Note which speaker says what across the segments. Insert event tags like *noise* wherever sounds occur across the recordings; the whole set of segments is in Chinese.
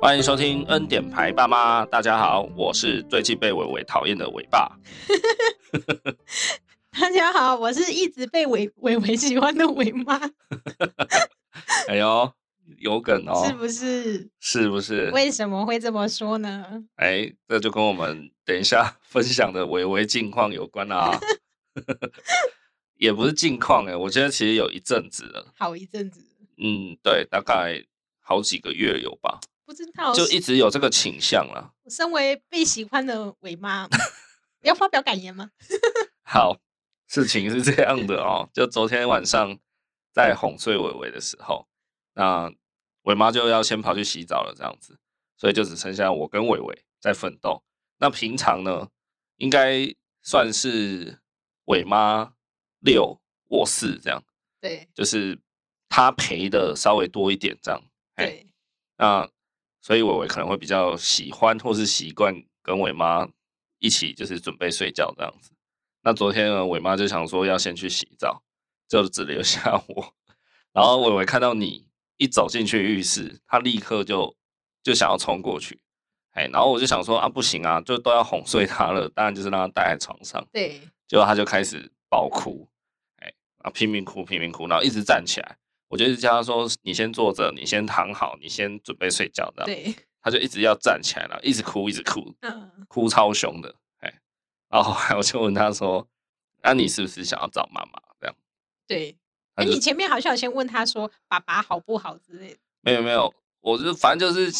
Speaker 1: 欢迎收听《恩典牌爸妈》，大家好，我是最近被伟伟讨厌的伟爸。
Speaker 2: 大家好，我是一直被伟伟伟喜欢的伟妈，
Speaker 1: 哎呦，有梗哦，
Speaker 2: 是不是？
Speaker 1: 是不是？
Speaker 2: 为什么会这么说呢？
Speaker 1: 哎，这就跟我们等一下 *laughs* 分享的伟伟近况有关啦、啊。 *laughs* 也不是近况哎、我觉得其实有一阵子了，
Speaker 2: 好一阵子，
Speaker 1: 嗯，对，大概好几个月有吧，
Speaker 2: 不知道
Speaker 1: 就一直有这个倾向啦。
Speaker 2: 身为被喜欢的伟
Speaker 1: *laughs*
Speaker 2: 妈，要发表感言吗？
Speaker 1: 好，事情是这样的哦，就昨天晚上在哄睡伟伟的时候，那伟妈就要先跑去洗澡了，这样子，所以就只剩下我跟伟伟在奋斗。那平常呢，应该算是伟妈六我四这样，
Speaker 2: 对
Speaker 1: 就是她陪的稍微多一点这样。哎
Speaker 2: 对，
Speaker 1: 那所以伟伟可能会比较喜欢或是习惯跟伟妈一起，就是准备睡觉这样子。那昨天呢，伟妈就想说要先去洗澡，就只留下我。然后伟伟看到你一走进去浴室，他立刻就就想要冲过去，哎，然后我就想说啊，不行啊，就都要哄睡他了，当然就是让他待在床上。
Speaker 2: 对，
Speaker 1: 结果他就开始爆哭，哎，啊拼命哭拼命哭，然后一直站起来。我就一直叫他说：“你先坐着，你先躺好，你先准备睡觉。”这样，
Speaker 2: 对，
Speaker 1: 他就一直要站起来，然后一直哭，一直哭，
Speaker 2: 嗯，
Speaker 1: 哭超凶的。哎，然后后来我就问他说：“那、你是不是想要找妈妈？”这样，
Speaker 2: 对。
Speaker 1: 他
Speaker 2: 哎，
Speaker 1: 就
Speaker 2: 你前面好像有先问他说爸爸好不好之类的，
Speaker 1: 没有没有，我就反正就是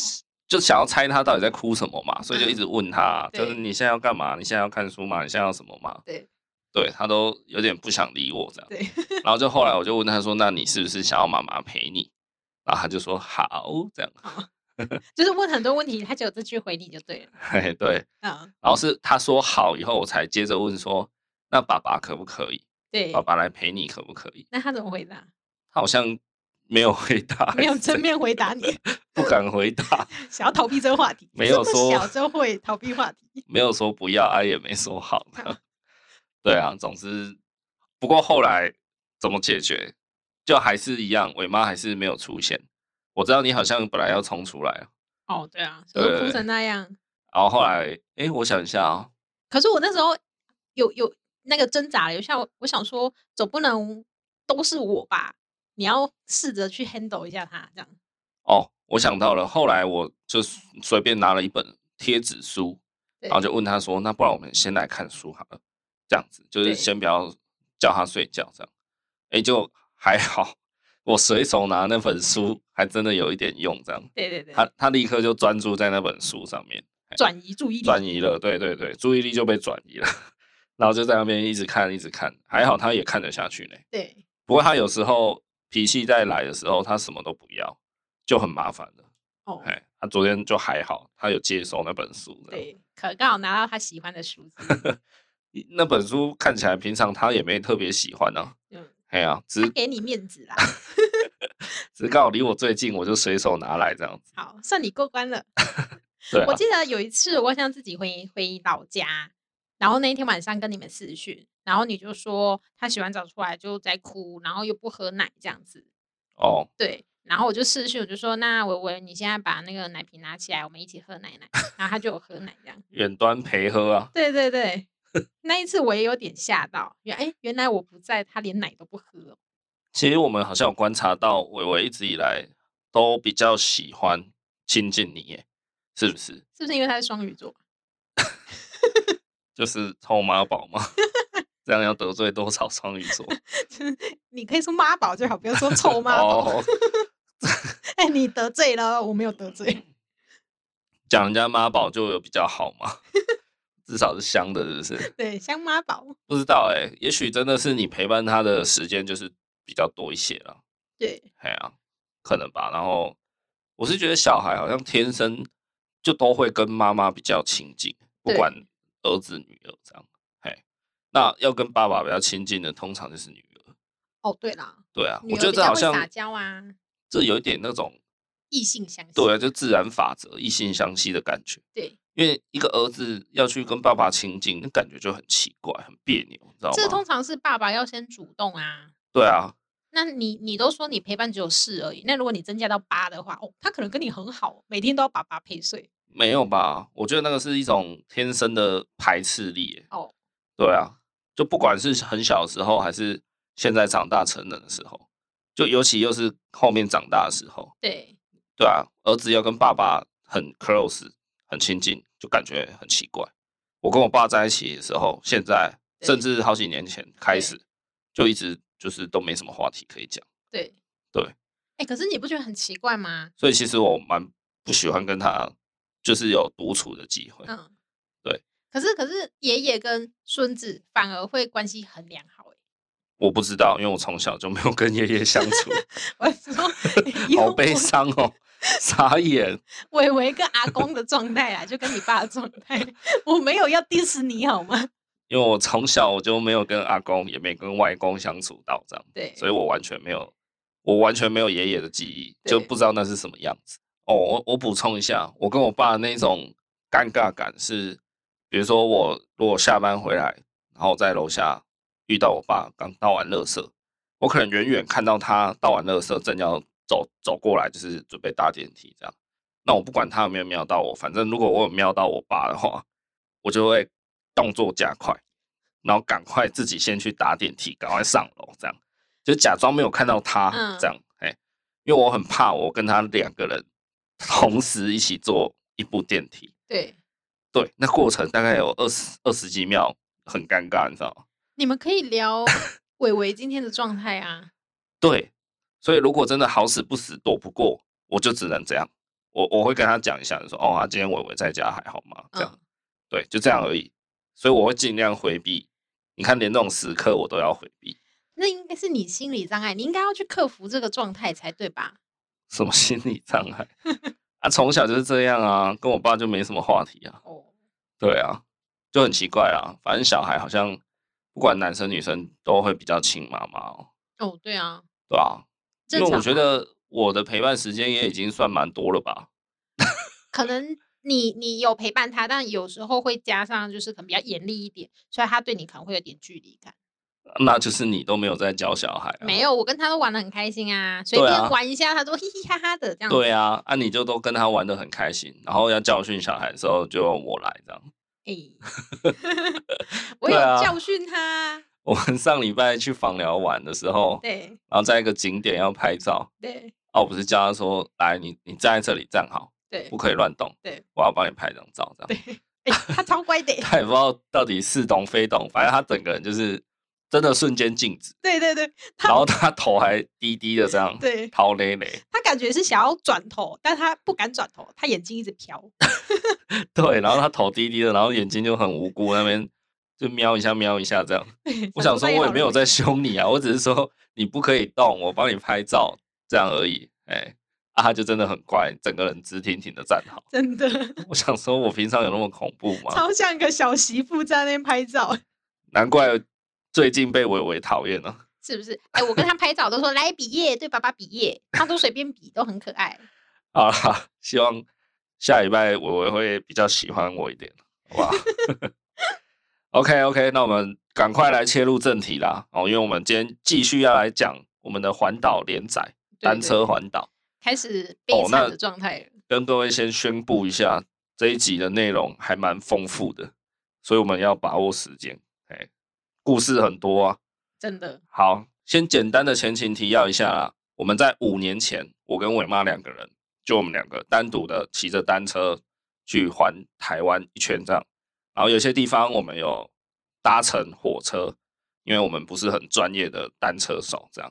Speaker 1: 就想要猜他到底在哭什么嘛，所以就一直问他，
Speaker 2: 嗯对
Speaker 1: 就是你现在要干嘛？你现在要看书吗？你现在要什么吗？
Speaker 2: 对，
Speaker 1: 对他都有点不想理我这样。
Speaker 2: 对，
Speaker 1: 然后就后来我就问他说：“那你是不是想要妈妈陪你？”然后他就说：“好。”这样，
Speaker 2: 就是问很多问题，他只有这句回你就对了。
Speaker 1: 嘿，对。
Speaker 2: 嗯，
Speaker 1: 然后是他说好以后，我才接着问说：“那爸爸可不可以？
Speaker 2: 对
Speaker 1: 爸。爸来陪你可不可以
Speaker 2: 那他怎么回答？？”
Speaker 1: 他好像没有回答，
Speaker 2: *laughs* 没有
Speaker 1: 还是怎
Speaker 2: 正面回答你，
Speaker 1: 不敢回答，
Speaker 2: 想要逃避这个话题。
Speaker 1: 没
Speaker 2: 这
Speaker 1: 有
Speaker 2: 么
Speaker 1: 说
Speaker 2: 小就会逃避话题。
Speaker 1: 没有说不要，啊也没说好。对啊，总之，不过后来怎么解决，就还是一样，伟妈还是没有出现。我知道你好像本来要冲出来啊，
Speaker 2: 哦，
Speaker 1: *laughs*
Speaker 2: 对啊，
Speaker 1: 对
Speaker 2: 所以
Speaker 1: 对
Speaker 2: 哭
Speaker 1: 对
Speaker 2: 成那样。
Speaker 1: 然后后来，哎，我想一下啊、
Speaker 2: 可是我那时候有有那个挣扎了一下，我我想说，总不能都是我吧？你要试着去 handle 一下他，这样
Speaker 1: 哦，我想到了，后来我就随随便拿了一本贴纸书，
Speaker 2: 对
Speaker 1: 然后就问他说：“那不然我们先来看书好了，这样子就是
Speaker 2: 对
Speaker 1: 先不要叫他睡觉这样。”哎，就还好，我随手拿那本书还真的有一点用，这样
Speaker 2: 对对对，
Speaker 1: 他他立刻就专注在那本书上面，
Speaker 2: 转移注意力，
Speaker 1: 转移了，对对对，注意力就被转移了， *laughs* 然后就在那边一直看一直看，还好他也看得下去呢。
Speaker 2: 对
Speaker 1: 不过他有时候脾气再来的时候，他什么都不要，就很麻烦了。
Speaker 2: 哦，
Speaker 1: 哎，他昨天就还好，他有接收那本书的。
Speaker 2: 对，可刚好拿到他喜欢的书之类的，
Speaker 1: 那本书看起来平常他也没特别喜欢呢、
Speaker 2: 嗯，
Speaker 1: 哎呀、只
Speaker 2: 他给你面
Speaker 1: *laughs*
Speaker 2: 子啦，
Speaker 1: 只刚好离我最近，我就随手拿来这样子。
Speaker 2: 好，算你过关了。
Speaker 1: 对、啊
Speaker 2: 我，记得有一次，我好像自己回回老家，然后那一天晚上跟你们视讯，然后你就说他洗完澡出来就在哭，然后又不喝奶这样子，
Speaker 1: 哦，
Speaker 2: 对，然后我就试训，我就说：“那维维，你现在把那个奶瓶拿起来，我们一起喝奶奶。”然后他就有喝奶这样。
Speaker 1: 远端陪喝啊，
Speaker 2: 对对对， *laughs* 那一次我也有点吓到，原哎原来我不在，他连奶都不喝哦。
Speaker 1: 其实我们好像有观察到，伟伟一直以来都比较喜欢亲近你耶，是不是？
Speaker 2: 是不是因为他是双鱼座？
Speaker 1: 就是臭妈宝
Speaker 2: *laughs*
Speaker 1: 嘛，这样要得罪多少双鱼座？
Speaker 2: *laughs* 你可以说妈宝就好，不要说臭妈宝。
Speaker 1: 哦，
Speaker 2: 哎，你得罪了，我没有得罪。 *laughs*
Speaker 1: 讲人家妈宝就有比较好
Speaker 2: *laughs*
Speaker 1: 嘛，至少是香的，是不是？
Speaker 2: 对，像妈宝。
Speaker 1: 不知道哎、也许真的是你陪伴他的时间就是比较多一些了，
Speaker 2: 对
Speaker 1: 哎呀、可能吧。然后我是觉得小孩好像天生就都会跟妈妈比较亲近，不
Speaker 2: 对
Speaker 1: 管儿子女儿这样。嘿，那要跟爸爸比较亲近的，通常就是女儿。
Speaker 2: 哦，对啦，
Speaker 1: 对啊，
Speaker 2: 女
Speaker 1: 我
Speaker 2: 儿
Speaker 1: 觉得
Speaker 2: 比
Speaker 1: 这
Speaker 2: 较
Speaker 1: 好
Speaker 2: 会
Speaker 1: 像
Speaker 2: 撒娇啊，
Speaker 1: 这有一点那种
Speaker 2: 异性相吸。
Speaker 1: 对啊，就自然法则、异性相吸的感觉。
Speaker 2: 对，
Speaker 1: 因为一个儿子要去跟爸爸亲近，那感觉就很奇怪、很别扭，你知道
Speaker 2: 这
Speaker 1: 吗？
Speaker 2: 通常是爸爸要先主动啊。
Speaker 1: 对啊，
Speaker 2: 那你你都说你陪伴只有四而已，那如果你增加到八的话，哦，他可能跟你很好，每天都要把爸陪睡。
Speaker 1: 没有吧？我觉得那个是一种天生的排斥力耶。
Speaker 2: 哦，
Speaker 1: 对啊，就不管是很小的时候，还是现在长大成人的时候，就尤其又是后面长大的时候，
Speaker 2: 对，
Speaker 1: 对啊，儿子要跟爸爸很 close、很亲近，就感觉很奇怪。我跟我爸在一起的时候，现在
Speaker 2: 对
Speaker 1: 甚至好几年前开
Speaker 2: 对
Speaker 1: 始，就一直就是都没什么话题可以讲，
Speaker 2: 对，
Speaker 1: 对。
Speaker 2: 哎、可是你不觉得很奇怪吗？
Speaker 1: 所以其实我蛮不喜欢跟他就是有独处的机会。
Speaker 2: 嗯，
Speaker 1: 对。
Speaker 2: 可是可是爷爷跟孙子反而会关系很良好、欸，
Speaker 1: 我不知道，因为我从小就没有跟爷爷相处，
Speaker 2: *laughs* 我
Speaker 1: *laughs*
Speaker 2: 是说以
Speaker 1: 好
Speaker 2: 我
Speaker 1: 悲伤哦，傻眼。
Speaker 2: 伟伟跟阿公的状态啊，就跟你爸的状态，我没有要 diss 你好吗？
Speaker 1: 因为我从小我就没有跟阿公，也没跟外公相处到这样，
Speaker 2: 对，
Speaker 1: *laughs* 所以我完全没有，我完全没有爷爷的记忆，
Speaker 2: 对
Speaker 1: 就不知道那是什么样子。哦，我我补充一下，我跟我爸那种尴尬感是，比如说我如果下班回来，然后在楼下遇到我爸刚倒完垃圾，我可能远远看到他倒完垃圾，正要走走过来，就是准备搭电梯这样。那我不管他有没有瞄到我，反正如果我有瞄到我爸的话，我就会动作加快，然后赶快自己先去搭电梯，赶快上楼，这样就假装没有看到他，
Speaker 2: 嗯
Speaker 1: 这样哎、因为我很怕我跟他两个人同时一起坐一部电梯，
Speaker 2: 对，
Speaker 1: 对，那过程大概有二十二十几秒，很尴尬，你知道吗？
Speaker 2: 你们可
Speaker 1: *laughs*
Speaker 2: 以聊伟伟今天的状态啊。
Speaker 1: 对，所以如果真的好死不死躲不过，我就只能这样。我我会跟他讲一下，就说哦，啊，今天伟伟在家还好吗？这样，
Speaker 2: 嗯，
Speaker 1: 对，就这样而已。所以我会尽量回避。你看，连这种时刻我都要回避，
Speaker 2: 那应该是你心理障碍，你应该要去克服这个状态才对吧？
Speaker 1: 什么心理障
Speaker 2: *laughs*
Speaker 1: 碍啊？从小就是这样啊，跟我爸就没什么话题啊。
Speaker 2: 哦，
Speaker 1: 对啊，就很奇怪啊。反正小孩好像不管男生女生都会比较亲妈妈哦，
Speaker 2: 哦，对啊，
Speaker 1: 对啊，因
Speaker 2: 正
Speaker 1: 为
Speaker 2: 常
Speaker 1: 我觉
Speaker 2: 吧
Speaker 1: 得我的陪伴时间也已经算蛮多了吧。
Speaker 2: 可能你你有陪伴他，但有时候会加上就是可能比较严厉一点，所以他对你可能会有点距离感。
Speaker 1: 那就是你都没有在教小孩、啊。
Speaker 2: 没有，我跟他都玩的很开心啊，随
Speaker 1: 对
Speaker 2: 便
Speaker 1: 啊
Speaker 2: 玩一下，他都 *laughs* 嘻嘻哈哈的这样子。
Speaker 1: 对啊，啊，你就都跟他玩的很开心，然后要教训小孩的时候就我来这样。
Speaker 2: 诶哎 *laughs* 我
Speaker 1: 对
Speaker 2: 有
Speaker 1: 啊
Speaker 2: 教训他，
Speaker 1: 我们上礼拜去访寮玩的时候，
Speaker 2: 对
Speaker 1: 然后在一个景点要拍照，
Speaker 2: 对
Speaker 1: 哦，我不是教他说，来，你你站在这里站好，
Speaker 2: 对
Speaker 1: 不可以乱动，
Speaker 2: 对，
Speaker 1: 我要帮你拍张照，这样。
Speaker 2: 对，诶他超乖的欸，
Speaker 1: 他也不知道到底是懂非懂，反正他整个人就是真的瞬间静止，
Speaker 2: 对对对，他
Speaker 1: 然后他头还低低的这样，
Speaker 2: 对
Speaker 1: 头累
Speaker 2: *laughs*
Speaker 1: 累，
Speaker 2: 他感觉是想要转头，但他不敢转头，他眼睛一直瞟。
Speaker 1: 对，然后他头低低的，然后眼睛就很无辜那边就瞄一下瞄一下这样。
Speaker 2: *laughs*
Speaker 1: 我想说，
Speaker 2: 他
Speaker 1: 我也
Speaker 2: 好
Speaker 1: 没有
Speaker 2: 累
Speaker 1: 在凶你啊，我只是说你不可以动，我帮你拍照这样而已。哎、啊，他就真的很乖，整个人直挺挺的站好。
Speaker 2: *laughs*
Speaker 1: *laughs*
Speaker 2: 真的
Speaker 1: 我想说，我平常有那么恐怖吗？
Speaker 2: 超像个小媳妇在那边拍照，
Speaker 1: 难怪最近被伟伟讨厌了。
Speaker 2: *laughs* 是不是？哎，我跟他拍照都说来比耶，对爸爸比耶，他都随便比，都很可爱。
Speaker 1: 啊，希望下礼拜伟伟会比较喜欢我一点，好不好？OK OK，那我们赶快来切入正题啦。哦，因为我们今天继续要来讲我们的环岛连载
Speaker 2: 对
Speaker 1: 单
Speaker 2: 对
Speaker 1: 车环岛。
Speaker 2: 开始悲
Speaker 1: 哦那
Speaker 2: 惨的状态了。
Speaker 1: 跟各位先宣布一下，这一集的内容还蛮丰富的，所以我们要把握时间。哎，故事很多啊。
Speaker 2: 真的，
Speaker 1: 好，先简单的前情提要一下啦。我们在五年前，我跟伟妈两个人，就我们两个单独的骑着单车去环台湾一圈这样。然后有些地方我们有搭乘火车，因为我们不是很专业的单车手这样。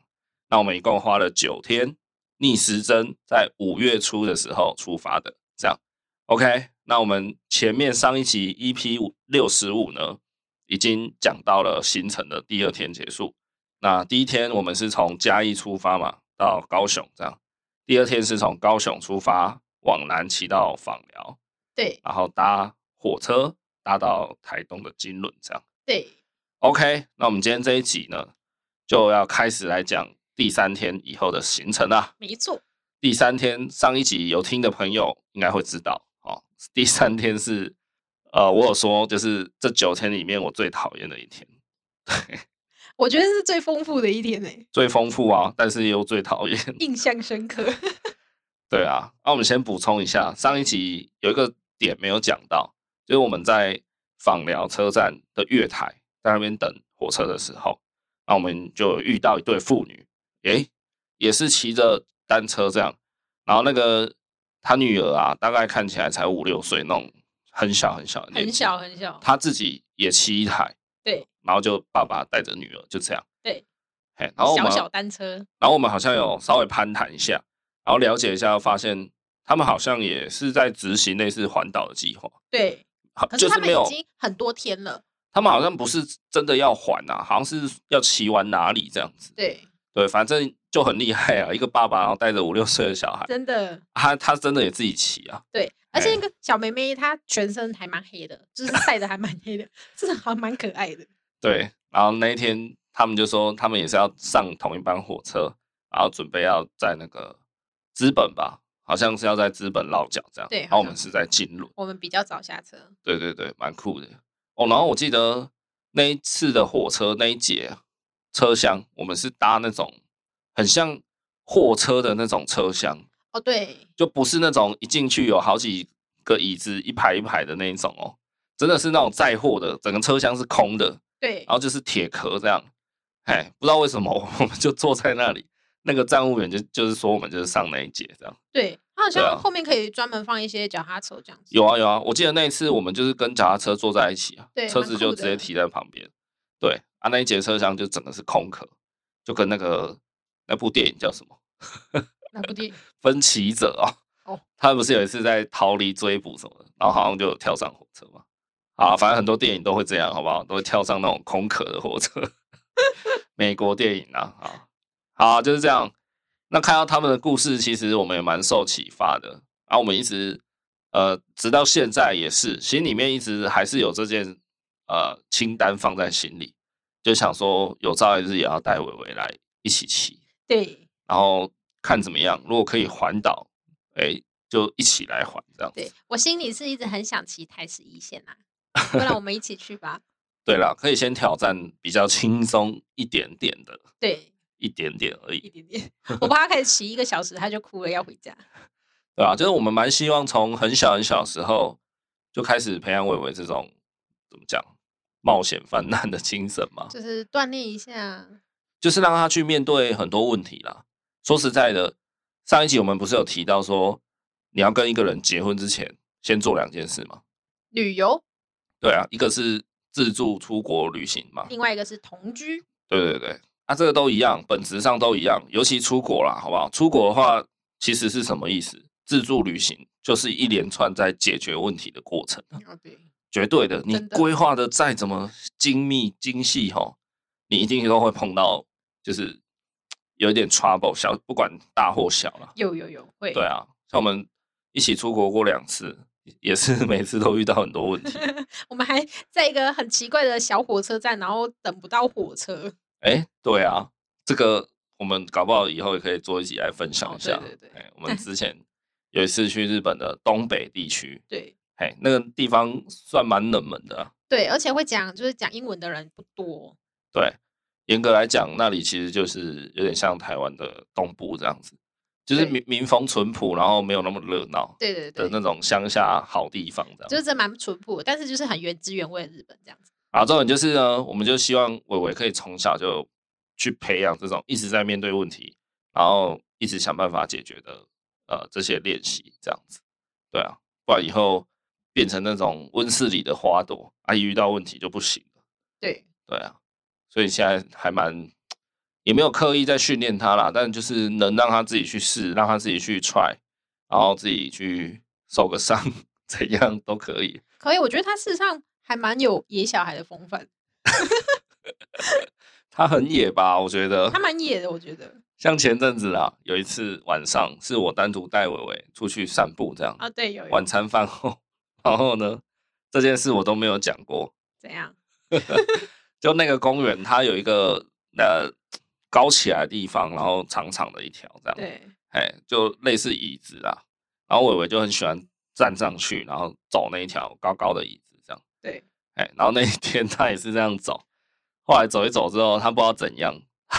Speaker 1: 那我们一共花了九天，逆时针在五月初的时候出发的，这样 OK。那我们前面上一集 EP 五六十五呢，已经讲到了行程的第二天结束。那第一天我们是从嘉义出发嘛，到高雄这样；第二天是从高雄出发，往南骑到访寮，
Speaker 2: 对
Speaker 1: 然后搭火车搭到台东的金轮这样。
Speaker 2: 对，
Speaker 1: OK，那我们今天这一集呢，就要开始来讲第三天以后的行程啦。
Speaker 2: 没错，
Speaker 1: 第三天上一集有听的朋友应该会知道哦。第三天是呃，我有说就是这九天里面我最讨厌的一天，
Speaker 2: 我觉得是最丰富的一天呢、
Speaker 1: 最丰富啊，但是又最讨厌。
Speaker 2: 印象深刻。
Speaker 1: 对啊，那、我们先补充一下，上一集有一个点没有讲到，就是我们在访寮车站的月台，在那边等火车的时候，那我们就有遇到一对妇女，诶，也是骑着单车这样，然后那个她女儿啊，大概看起来才五六岁那种，很小很小的年纪，
Speaker 2: 很小很小，
Speaker 1: 她自己也骑一台，
Speaker 2: 对，
Speaker 1: 然后就爸爸带着女儿就这样，
Speaker 2: 对，
Speaker 1: 嘿，然后我
Speaker 2: 小
Speaker 1: 们
Speaker 2: 小单车，
Speaker 1: 然后我们好像有稍微攀谈一下，然后了解一下，发现他们好像也是在执行类似环岛的计划，
Speaker 2: 对。
Speaker 1: 好
Speaker 2: 可
Speaker 1: 就是
Speaker 2: 他
Speaker 1: 是
Speaker 2: 们
Speaker 1: 没有
Speaker 2: 已，经很多天了，
Speaker 1: 他们好像不是真的要环啊，好像是要骑完哪里这样子。
Speaker 2: 对，
Speaker 1: 对，反正就很厉害啊，一个爸爸然后带着五六岁的小孩，
Speaker 2: 真的
Speaker 1: 他他真的也自己骑啊，
Speaker 2: 对。而且
Speaker 1: 哎
Speaker 2: 那个小妹妹她全身还蛮黑的，就是晒得还蛮黑的， *laughs* 真的还蛮可爱的。
Speaker 1: 对。然后那一天他们就说他们也是要上同一班火车，然后准备要在那个资本吧，好像是要在资本落脚这样。
Speaker 2: 对
Speaker 1: 然
Speaker 2: 好
Speaker 1: 后我
Speaker 2: 像
Speaker 1: 们是在金轮。
Speaker 2: 我们比较早下车，
Speaker 1: 对对对，蛮酷的哦。然后我记得那一次的火车那一节车厢，我们是搭那种很像货车的那种车厢，
Speaker 2: 哦，对，
Speaker 1: 就不是那种一进去有好几个椅子一排一排的那一种哦，真的是那种载货的，整个车厢是空的，
Speaker 2: 对
Speaker 1: 然，后就是铁壳这样。哎，不知道为什么我们就坐在那里，那个站务员就就是说我们就是上那一节这样。
Speaker 2: 对，它好
Speaker 1: 对啊
Speaker 2: 像后面可以专门放一些脚踏车这样子。
Speaker 1: 有啊有啊，我记得那一次我们就是跟脚踏车坐在一起啊，
Speaker 2: 对
Speaker 1: 车
Speaker 2: 蛮
Speaker 1: 子
Speaker 2: 酷
Speaker 1: 就直接
Speaker 2: 的
Speaker 1: 停在旁边。对啊，那一节车厢就整个是空壳，就跟那个那部电影叫什么
Speaker 2: 那不对，
Speaker 1: 《分歧者》啊，
Speaker 2: 哦，
Speaker 1: *laughs* 他不是有一次在逃离追捕什么的，然后好像就有跳上火车嘛。啊，反正很多电影都会这样，好不好？都会跳上那种空壳的火车。 *laughs* 美国电影啊，啊，好啊就是这样。那看到他们的故事，其实我们也蛮受启发的。啊，我们一直呃，直到现在也是，心里面一直还是有这件呃清单放在心里，就想说有朝一日也要带伟伟来一起骑。
Speaker 2: 对
Speaker 1: 然后看怎么样。如果可以环岛，哎，就一起来环这样子。
Speaker 2: 对，我心里是一直很想骑台十一线啊，不然我们一起去吧。
Speaker 1: 对啦，可以先挑战比较轻松一点点的，
Speaker 2: 对，
Speaker 1: 一点点而
Speaker 2: 一
Speaker 1: 已，
Speaker 2: 点点，我怕他开始骑一个小时，他就哭了，要回 *laughs* 家。
Speaker 1: 对啊吧？就是我们蛮希望从很小很小的时候就开始培养伟伟这种怎么讲冒险犯难的精神嘛，
Speaker 2: 就是锻炼一下，
Speaker 1: 就是让他去面对很多问题啦。说实在的，上一集我们不是有提到说，你要跟一个人结婚之前，先做两件事嘛？
Speaker 2: 旅游，
Speaker 1: 对啊，一个是自助出国旅行嘛，
Speaker 2: 另外一个是同 *laughs* 居，
Speaker 1: 对对对，啊，这个都一样，本质上都一样，尤其出国啦，好不好？出国的话，其实是什么意思？自助旅行就是一连串在解决问题的过程，
Speaker 2: 哦对，
Speaker 1: 绝对的。你
Speaker 2: 真的
Speaker 1: 规划的再怎么精密精细吼，你一定都会碰到，就是有一点 trouble，小不管大或小啦。
Speaker 2: 有有有会，
Speaker 1: 对啊，像我们一起出国过两次，也是 *laughs* 每次都遇到很多问题。
Speaker 2: 我们还在一个很奇怪的小火车站，然后等不到火车，
Speaker 1: 哎，对啊，这个我们搞不好以后也可以做一集来分享
Speaker 2: 哦
Speaker 1: 一
Speaker 2: 对
Speaker 1: 下。
Speaker 2: 对对
Speaker 1: 哎，我
Speaker 2: *laughs*
Speaker 1: 们之前有一次去日本的东北地区，
Speaker 2: *laughs* 对
Speaker 1: 哎，那个地方算蛮冷门的啊、
Speaker 2: 对，而且会讲就是讲英文的人不多，
Speaker 1: 对，严格来讲，那里其实就是有点像台湾的东部这样子，就是
Speaker 2: 对
Speaker 1: 民民风淳朴，然后没有那么热闹
Speaker 2: 对对
Speaker 1: 的
Speaker 2: 对，
Speaker 1: 那种乡下好地方这样
Speaker 2: 就是真蛮淳朴的，但是就是很原汁原味的日本这样子，
Speaker 1: 啊，重点就是呢，我们就希望伟伟可以从小就去培养这种一直在面对问题，然后一直想办法解决的呃这些练习，这样子。对啊，不然以后变成那种温室里的花朵，啊，一遇到问题就不行了。
Speaker 2: 对
Speaker 1: 对啊，所以现在还蛮也没有刻意在训练他啦，但就是能让他自己去试，让他自己去 try，然后自己去受个伤， *laughs* 怎样都可以。
Speaker 2: 可以，我觉得他事实上还蛮有野小孩的风范，
Speaker 1: 他很野吧，我觉得。 *laughs*
Speaker 2: 他蛮野的，我觉得
Speaker 1: 像前阵子啊，有一次晚上是我单独带伟伟出去散步，这样、
Speaker 2: 啊，对，有有
Speaker 1: 晚餐饭后，然后呢这件事我都没有讲过。
Speaker 2: 怎样，
Speaker 1: 就那个公园，它有一个呃高起来的地方，然后长长的一条这样，
Speaker 2: 对
Speaker 1: 哎，就类似椅子啊。然后伟伟就很喜欢站上去，然后走那一条高高的椅子这样，
Speaker 2: 对，
Speaker 1: 哎，然后那一天他也是这样走，后来走一走之后，他不知道怎样，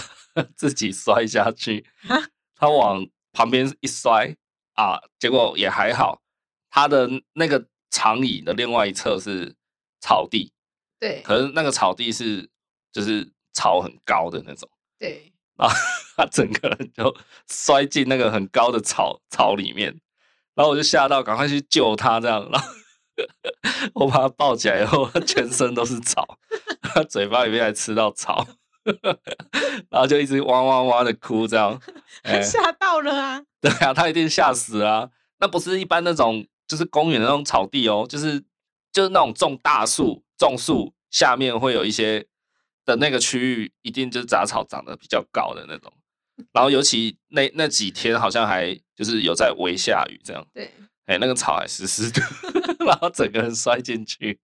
Speaker 1: *laughs* 自己摔下去
Speaker 2: 啊，
Speaker 1: *laughs* 他往旁边一摔啊，结果也还好，他的那个长椅的另外一侧是草地，
Speaker 2: 对
Speaker 1: 可是那个草地是就是草很高的那种，
Speaker 2: 对，
Speaker 1: 然后他整个人就摔进那个很高的草草里面，然后我就吓到，赶快去救他，这样，然后 *laughs* 我把他抱起来以后，他全身都是草，他嘴巴里面还吃到草， *laughs* 然后就一直哇哇哇的哭，这样， *laughs* 哎、
Speaker 2: *laughs* 吓到了啊！
Speaker 1: *laughs* 对啊，他一定吓死啊！那不是一般那种，就是公园的那种草地哦，就是就是那种种大树、种树下面会有一些的那个区域，一定就是杂草长得比较高的那种。然后尤其那那几天好像还就是有在微下雨这样，
Speaker 2: 对，
Speaker 1: 哎、那个草还湿湿的， *laughs* 然后整个人摔进去。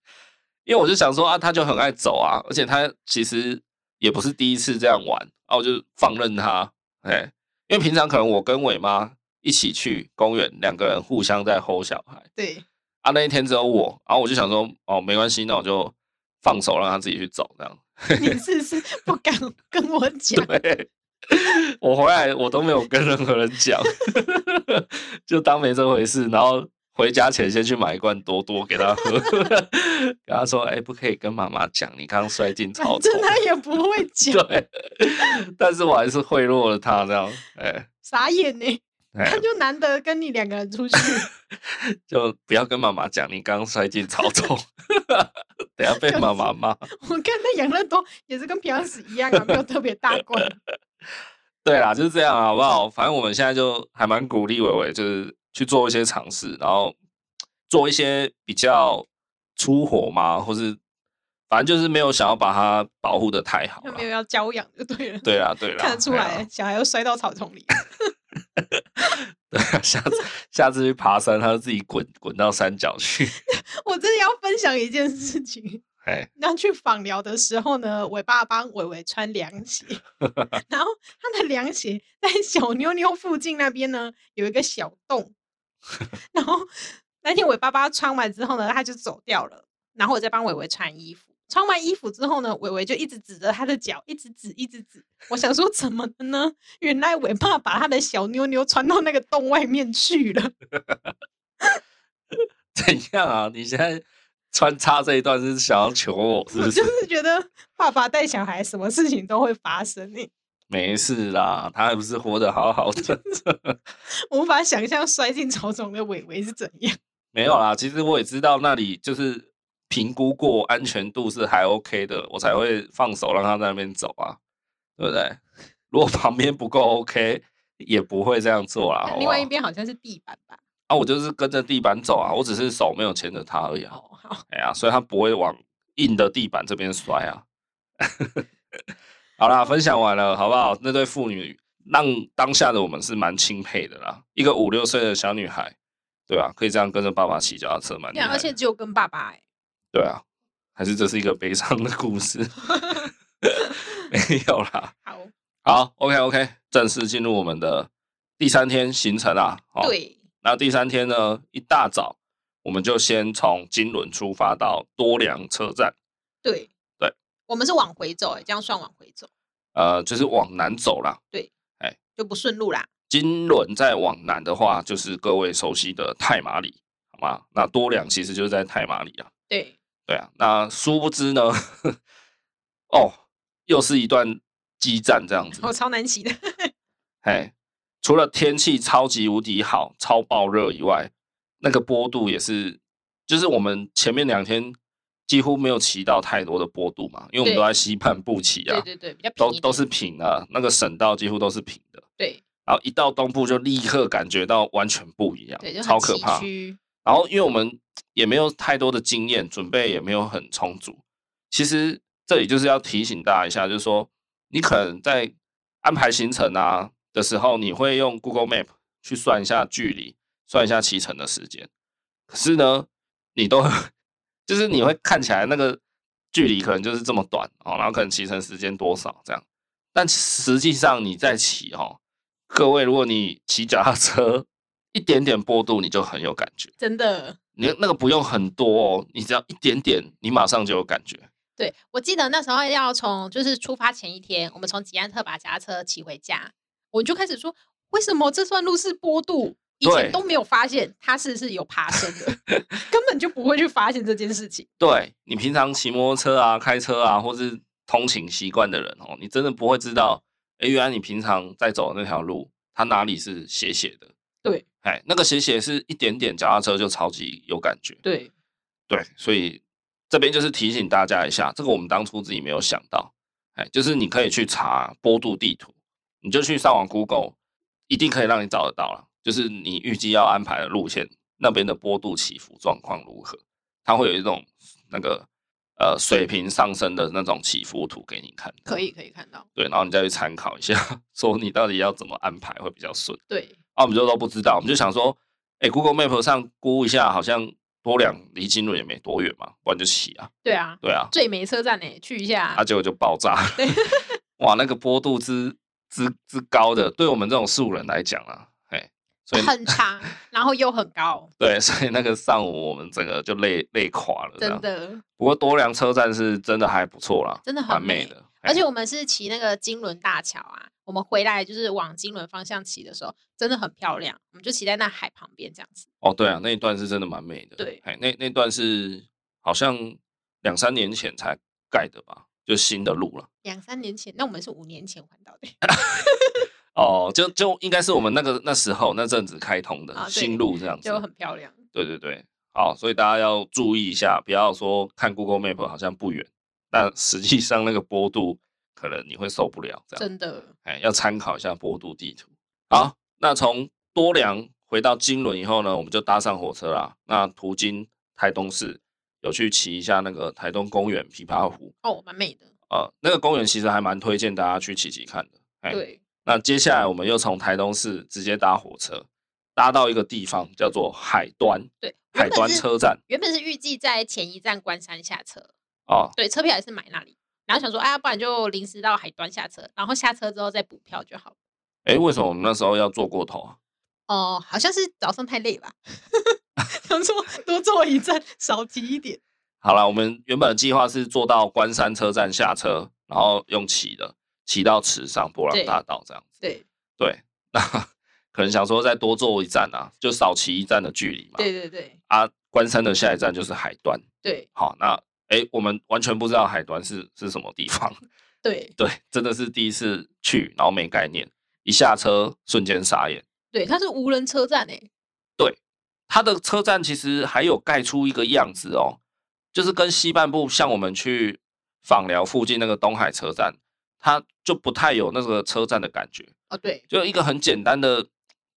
Speaker 1: 因为我就想说啊，他就很爱走啊，而且他其实也不是第一次这样玩啊，我就放任他。哎、因为平常可能我跟伟妈一起去公园，两个人互相在吼小孩 *laughs*
Speaker 2: 对，
Speaker 1: 啊，那一天只有我，然、后我就想说哦，没关系，那我就放手让他自己去走这样。
Speaker 2: 你是不是不
Speaker 1: *laughs*
Speaker 2: 敢跟我讲？
Speaker 1: 对， *laughs* 我回来我都没有跟任何人讲，就当没这回事。然后回家前先去买一罐多多给他喝， *laughs* 跟他说：“哎、不可以跟妈妈讲，你刚刚摔进草丛。*laughs*
Speaker 2: *laughs* 真他也不会”讲，
Speaker 1: 对，但是我还是贿赂了他这样。哎、
Speaker 2: 傻眼呢、
Speaker 1: *laughs* 哎、
Speaker 2: 他就难得跟你两个人出
Speaker 1: *laughs*
Speaker 2: 去，
Speaker 1: 就不要跟妈妈讲，你刚刚摔进草丛， *laughs* 等下被妈妈骂。
Speaker 2: 我看那养乐多也是跟平常时一样啊，没有特别大罐。
Speaker 1: 对啦，就是这样啊，好不
Speaker 2: 嗯
Speaker 1: 好？反正我们现在就还蛮鼓励伟伟，就是去做一些尝试，然后做一些比
Speaker 2: 嗯
Speaker 1: 较出火嘛，或是反正就是没有想要把它保护的太好
Speaker 2: 他
Speaker 1: 了
Speaker 2: 没。
Speaker 1: *laughs*
Speaker 2: 有要教养就对了。
Speaker 1: 对啦，对啦，哎
Speaker 2: 看得出
Speaker 1: 对啊
Speaker 2: 来、
Speaker 1: 啦。
Speaker 2: 小孩又摔到草
Speaker 1: *laughs*
Speaker 2: 丛里。
Speaker 1: 对啊， *laughs* 下
Speaker 2: *laughs*
Speaker 1: 次下次去爬山，他就自己滚滚到山脚去。 *laughs*
Speaker 2: 我真的要分享一件事情。 *laughs*
Speaker 1: 哎，
Speaker 2: 那去访疗的时候呢，我爸帮伟伟穿凉鞋，然后他的凉鞋在小妞妞附近那边呢有一个小洞，然后那天伟爸爸穿完之后呢，他就走掉了，然后我再帮伟伟穿衣服。穿完衣服之后呢，伟伟就一直指着他的脚，一直指，一直指。我想说怎么了呢？原来伟爸把他的小妞妞穿到那个洞外面去了。
Speaker 1: 怎样啊？你现在穿插这一段是想要求我是
Speaker 2: 我
Speaker 1: 不是
Speaker 2: 就？是觉得爸爸带小孩，什么事情都会发生、欸，
Speaker 1: 没事啦，他还不是活得好好
Speaker 2: *laughs*
Speaker 1: 的。
Speaker 2: 无法想象摔进草丛的伟伟是怎样。
Speaker 1: 没有啦，其实我也知道那里就是评估过安全度是还 OK 的，我才会放手让他在那边走啊，对不对？ *laughs* 如果旁边不够 OK，也不会这样做啦。好不好
Speaker 2: 另外一边好像是地板吧？
Speaker 1: 啊，我就是跟着地板走啊，我只是手没有牵着他而已啊。
Speaker 2: 哦，好，
Speaker 1: 哎呀，所以他不会往硬的地板这边摔啊。 *laughs* 好啦，分享完了，好不好？那对父女让当下的我们是蛮钦佩的啦，一个五六岁的小女孩，对吧、可以这样跟着爸爸骑脚踏车，蛮厉
Speaker 2: 对啊，
Speaker 1: 害
Speaker 2: 而
Speaker 1: 的。
Speaker 2: 且只有跟爸爸、欸，
Speaker 1: 对啊，还是这是一个悲伤的故事？没有啦。
Speaker 2: 好，
Speaker 1: 好，OK OK，正式进入我们的第三天行程啊。哦，
Speaker 2: 对，
Speaker 1: 那第三天呢，一大早我们就先从金轮出发到多良车站，
Speaker 2: 对，
Speaker 1: 对，
Speaker 2: 我们是往回走、欸，这样算往回走
Speaker 1: 呃，就是往南走啦。
Speaker 2: 就不顺路啦。
Speaker 1: 金轮再往南的话，就是各位熟悉的太马里，好吗？那多良其实就是在太马里啊。
Speaker 2: 对，
Speaker 1: 对啊，那殊不知呢， *laughs* 哦，又是一段激战这样子。
Speaker 2: 我超难骑的，
Speaker 1: 哎，除了天气超级无敌好、超爆热以外，那个坡度也是，就是我们前面两天几乎没有骑到太多的坡度嘛，因为我们
Speaker 2: 对
Speaker 1: 都在西半部骑
Speaker 2: *laughs*
Speaker 1: 啊，
Speaker 2: 对对对，比较平
Speaker 1: 都
Speaker 2: 一
Speaker 1: 都
Speaker 2: 点
Speaker 1: 是平的，那个省道几乎都是平的。
Speaker 2: 对
Speaker 1: 然后一到东部就立刻感觉到完全不一样
Speaker 2: 对，就，很
Speaker 1: 超可
Speaker 2: 崎
Speaker 1: 怕。
Speaker 2: 岖
Speaker 1: 然后因为我们也没有太多的经验，准备也没有很充足。其实这里就是要提醒大家一下，就是说你可能在安排行程啊的时候，你会用 Google Map 去算一下距离，算一下骑乘的时间。可是呢，你都就是你会看起来那个距离可能就是这么短哦，然后可能骑乘时间多少这样，但实际上你在骑哦，各位，如果你骑脚踏车一点点坡度，你就很有感觉。
Speaker 2: 真的。
Speaker 1: 你那个不用很多哦，你只要一点点，你马上就有感觉。
Speaker 2: 对，我记得那时候要从就是出发前一天，我们从吉安特把脚踏车骑回家，我就开始说，为什么这段路是坡度？以
Speaker 1: 对
Speaker 2: 前都没有发现它是是有爬升的， *laughs* 根本就不会去发现这件事情。
Speaker 1: 对你平常骑摩托车啊、开车啊，或是通勤习惯的人哦，你真的不会知道，哎，原来你平常在走的那条路，它哪里是斜斜的。
Speaker 2: 对，
Speaker 1: 哎，那个斜斜是一点点脚踏车就超级有感觉。
Speaker 2: 对，
Speaker 1: 对，所以这边就是提醒大家一下，这个我们当初自己没有想到，哎，就是你可以去查波度地图，你就去上网 Google，一定可以让你找得到了。就是你预计要安排的路线那边的波度起伏状况如何，它会有一种那个呃水平上升的那种起伏图给你看，
Speaker 2: 可以可以看到，
Speaker 1: 对，然后你再去参考一下， *laughs* 说你到底要怎么安排会比较顺。
Speaker 2: 对
Speaker 1: 啊，我们就都不知道，我们就想说，哎、g o o g l e Map 上估一下，好像多良离金轮也没多远嘛，不然就骑啊，
Speaker 2: 对啊，
Speaker 1: 对啊，
Speaker 2: 最美车站呢、去一下。
Speaker 1: 啊，结果就爆炸了， *laughs* 哇，那个坡度之之之高的，对我们这种素人来讲啊，哎，所以
Speaker 2: 很长，然后又很高，
Speaker 1: *laughs* 对，所以那个上午我们整个就累累垮了，这
Speaker 2: 真
Speaker 1: 样。
Speaker 2: 的。
Speaker 1: 不过多良车站是真的还不错啦，
Speaker 2: 真的很
Speaker 1: 蛮美
Speaker 2: 美
Speaker 1: 的，
Speaker 2: 而
Speaker 1: 嘿
Speaker 2: 且我们是骑那个金轮大桥啊，我们回来就是往金轮方向骑的时候，真的很漂亮。我们就骑在那海旁边这样子。
Speaker 1: 哦，对啊，那一段是真的蛮美的。
Speaker 2: 对
Speaker 1: 哎，那那段是好像两三年前才盖的吧，就新的路了。
Speaker 2: 两三年前，那我们是五年前环岛的
Speaker 1: 哦，就就应该是我们那个那时候那阵子开通的、
Speaker 2: 啊对
Speaker 1: 新路这样子
Speaker 2: 就。很漂亮。
Speaker 1: 对对对，好，所以大家要注意一下，不要说看 Google Map 好像不远，但实际上那个坡度可能你会受不了这样。
Speaker 2: 真的，
Speaker 1: 哎，要参考一下坡度地图。好，那从多良回到金轮以后呢，我们就搭上火车啦。那途经台东市，有去骑一下那个台东公园琵琶湖。
Speaker 2: 哦，蛮美的。
Speaker 1: 呃，那个公园其实还蛮推荐大家去骑骑看的。哎，
Speaker 2: 对，
Speaker 1: 那接下来我们又从台东市直接搭火车，搭到一个地方叫做海端，
Speaker 2: 对
Speaker 1: 海
Speaker 2: 原本
Speaker 1: 端
Speaker 2: 是
Speaker 1: 车站
Speaker 2: 原本是预计在前一站关山下车，
Speaker 1: 哦，
Speaker 2: 对，车票也是买那里。然后想说，哎、呀，不然就临时到海端下车，然后下车之后再补票就好了。
Speaker 1: 哎、为什么我们那时候要坐过头啊？
Speaker 2: 哦、好像是早上太累吧， *laughs* 想 *laughs* 说多坐一站，少提一点。
Speaker 1: 好了，我们原本的计划是坐到关山车站下车，然后用骑的骑到池上波
Speaker 2: 对
Speaker 1: 浪大道这样子。
Speaker 2: *laughs* 对，
Speaker 1: 对，那 *laughs* 可能想说再多坐一站啊，就少骑一站的距离嘛。
Speaker 2: 对对对
Speaker 1: 啊，关山的下一站就是海端。
Speaker 2: 对
Speaker 1: 好，那哎、诶我们完全不知道海端是是什么地方。
Speaker 2: 对
Speaker 1: 对，真的是第一次去，然后没概念，一下车瞬间傻眼。
Speaker 2: 对，它是无人车站诶、欸
Speaker 1: 它的车站其实还有盖出一个样子哦，就是跟西半部像我们去访寮附近那个东海车站，它就不太有那个车站的感觉，
Speaker 2: 哦，对
Speaker 1: 就一个很简单的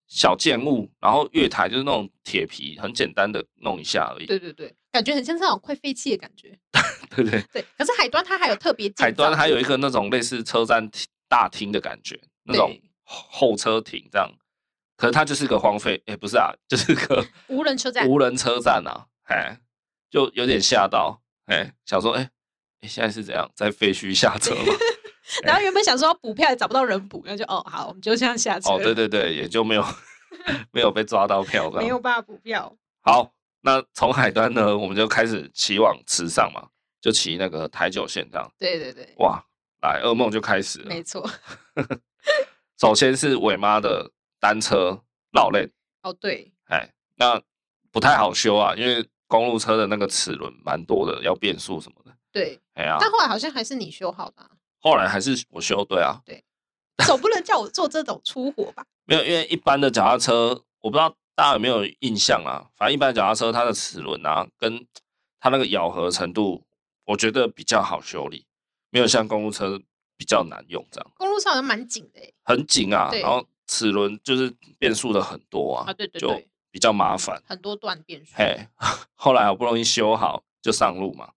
Speaker 1: 小建物，然后月台就是那种铁皮，很简单的弄一下而已，
Speaker 2: 对对对，感觉很像是那种快废弃的感觉。
Speaker 1: 对不对？
Speaker 2: 对，可是海端它还有特别建
Speaker 1: 海端
Speaker 2: 造
Speaker 1: 还有一个那种类似车站厅大厅的感觉，那种
Speaker 2: 对
Speaker 1: 候候车亭这样。可是它就是个荒废，哎、不是啊，就是
Speaker 2: *laughs*
Speaker 1: 个
Speaker 2: 无人车站，
Speaker 1: 无人车站啊，哎，就有点吓到，哎，想说，哎、哎现在是怎样，在废墟下车
Speaker 2: *laughs*
Speaker 1: 吗？
Speaker 2: 然后原本想说要补票也找不到人补，那就哦好，我们就这样下车。
Speaker 1: 哦，对啊对对，也就没
Speaker 2: *laughs*
Speaker 1: 有没有被抓到票这
Speaker 2: 没有
Speaker 1: 样。
Speaker 2: 办法补票。
Speaker 1: 好，那从海端呢，我们就开始骑往池上嘛，就骑那个台九线这样，
Speaker 2: 对对对，
Speaker 1: 哇，来噩梦就开始了
Speaker 2: 没。错。
Speaker 1: 首先是伟妈的单车绕链，
Speaker 2: 哦对
Speaker 1: 哎，那
Speaker 2: 嗯
Speaker 1: 不太好修啊，因为公路车的那个齿轮蛮多的，要变速什么的。
Speaker 2: 对，
Speaker 1: 哎呀、
Speaker 2: 但后来好像还是你修好的啊、
Speaker 1: 后来还是我修，对啊，
Speaker 2: 总不能叫我做这种粗活吧？
Speaker 1: 没有，因为一般的脚踏车，我不知道大家有没有印象啊，反正一般的脚踏车它的齿轮啊，跟它那个咬合程度，我觉得比较好修理，没有像公路车比较难用这样，
Speaker 2: 公路上好像蛮紧的、欸、
Speaker 1: 很紧啊，
Speaker 2: 对
Speaker 1: 然后齿轮就是变速的很多啊，
Speaker 2: 啊，对对
Speaker 1: 就
Speaker 2: 对，
Speaker 1: 比较麻烦。
Speaker 2: 很多段变数。
Speaker 1: 嘿， *laughs* 后来好不容易修好就上路嘛，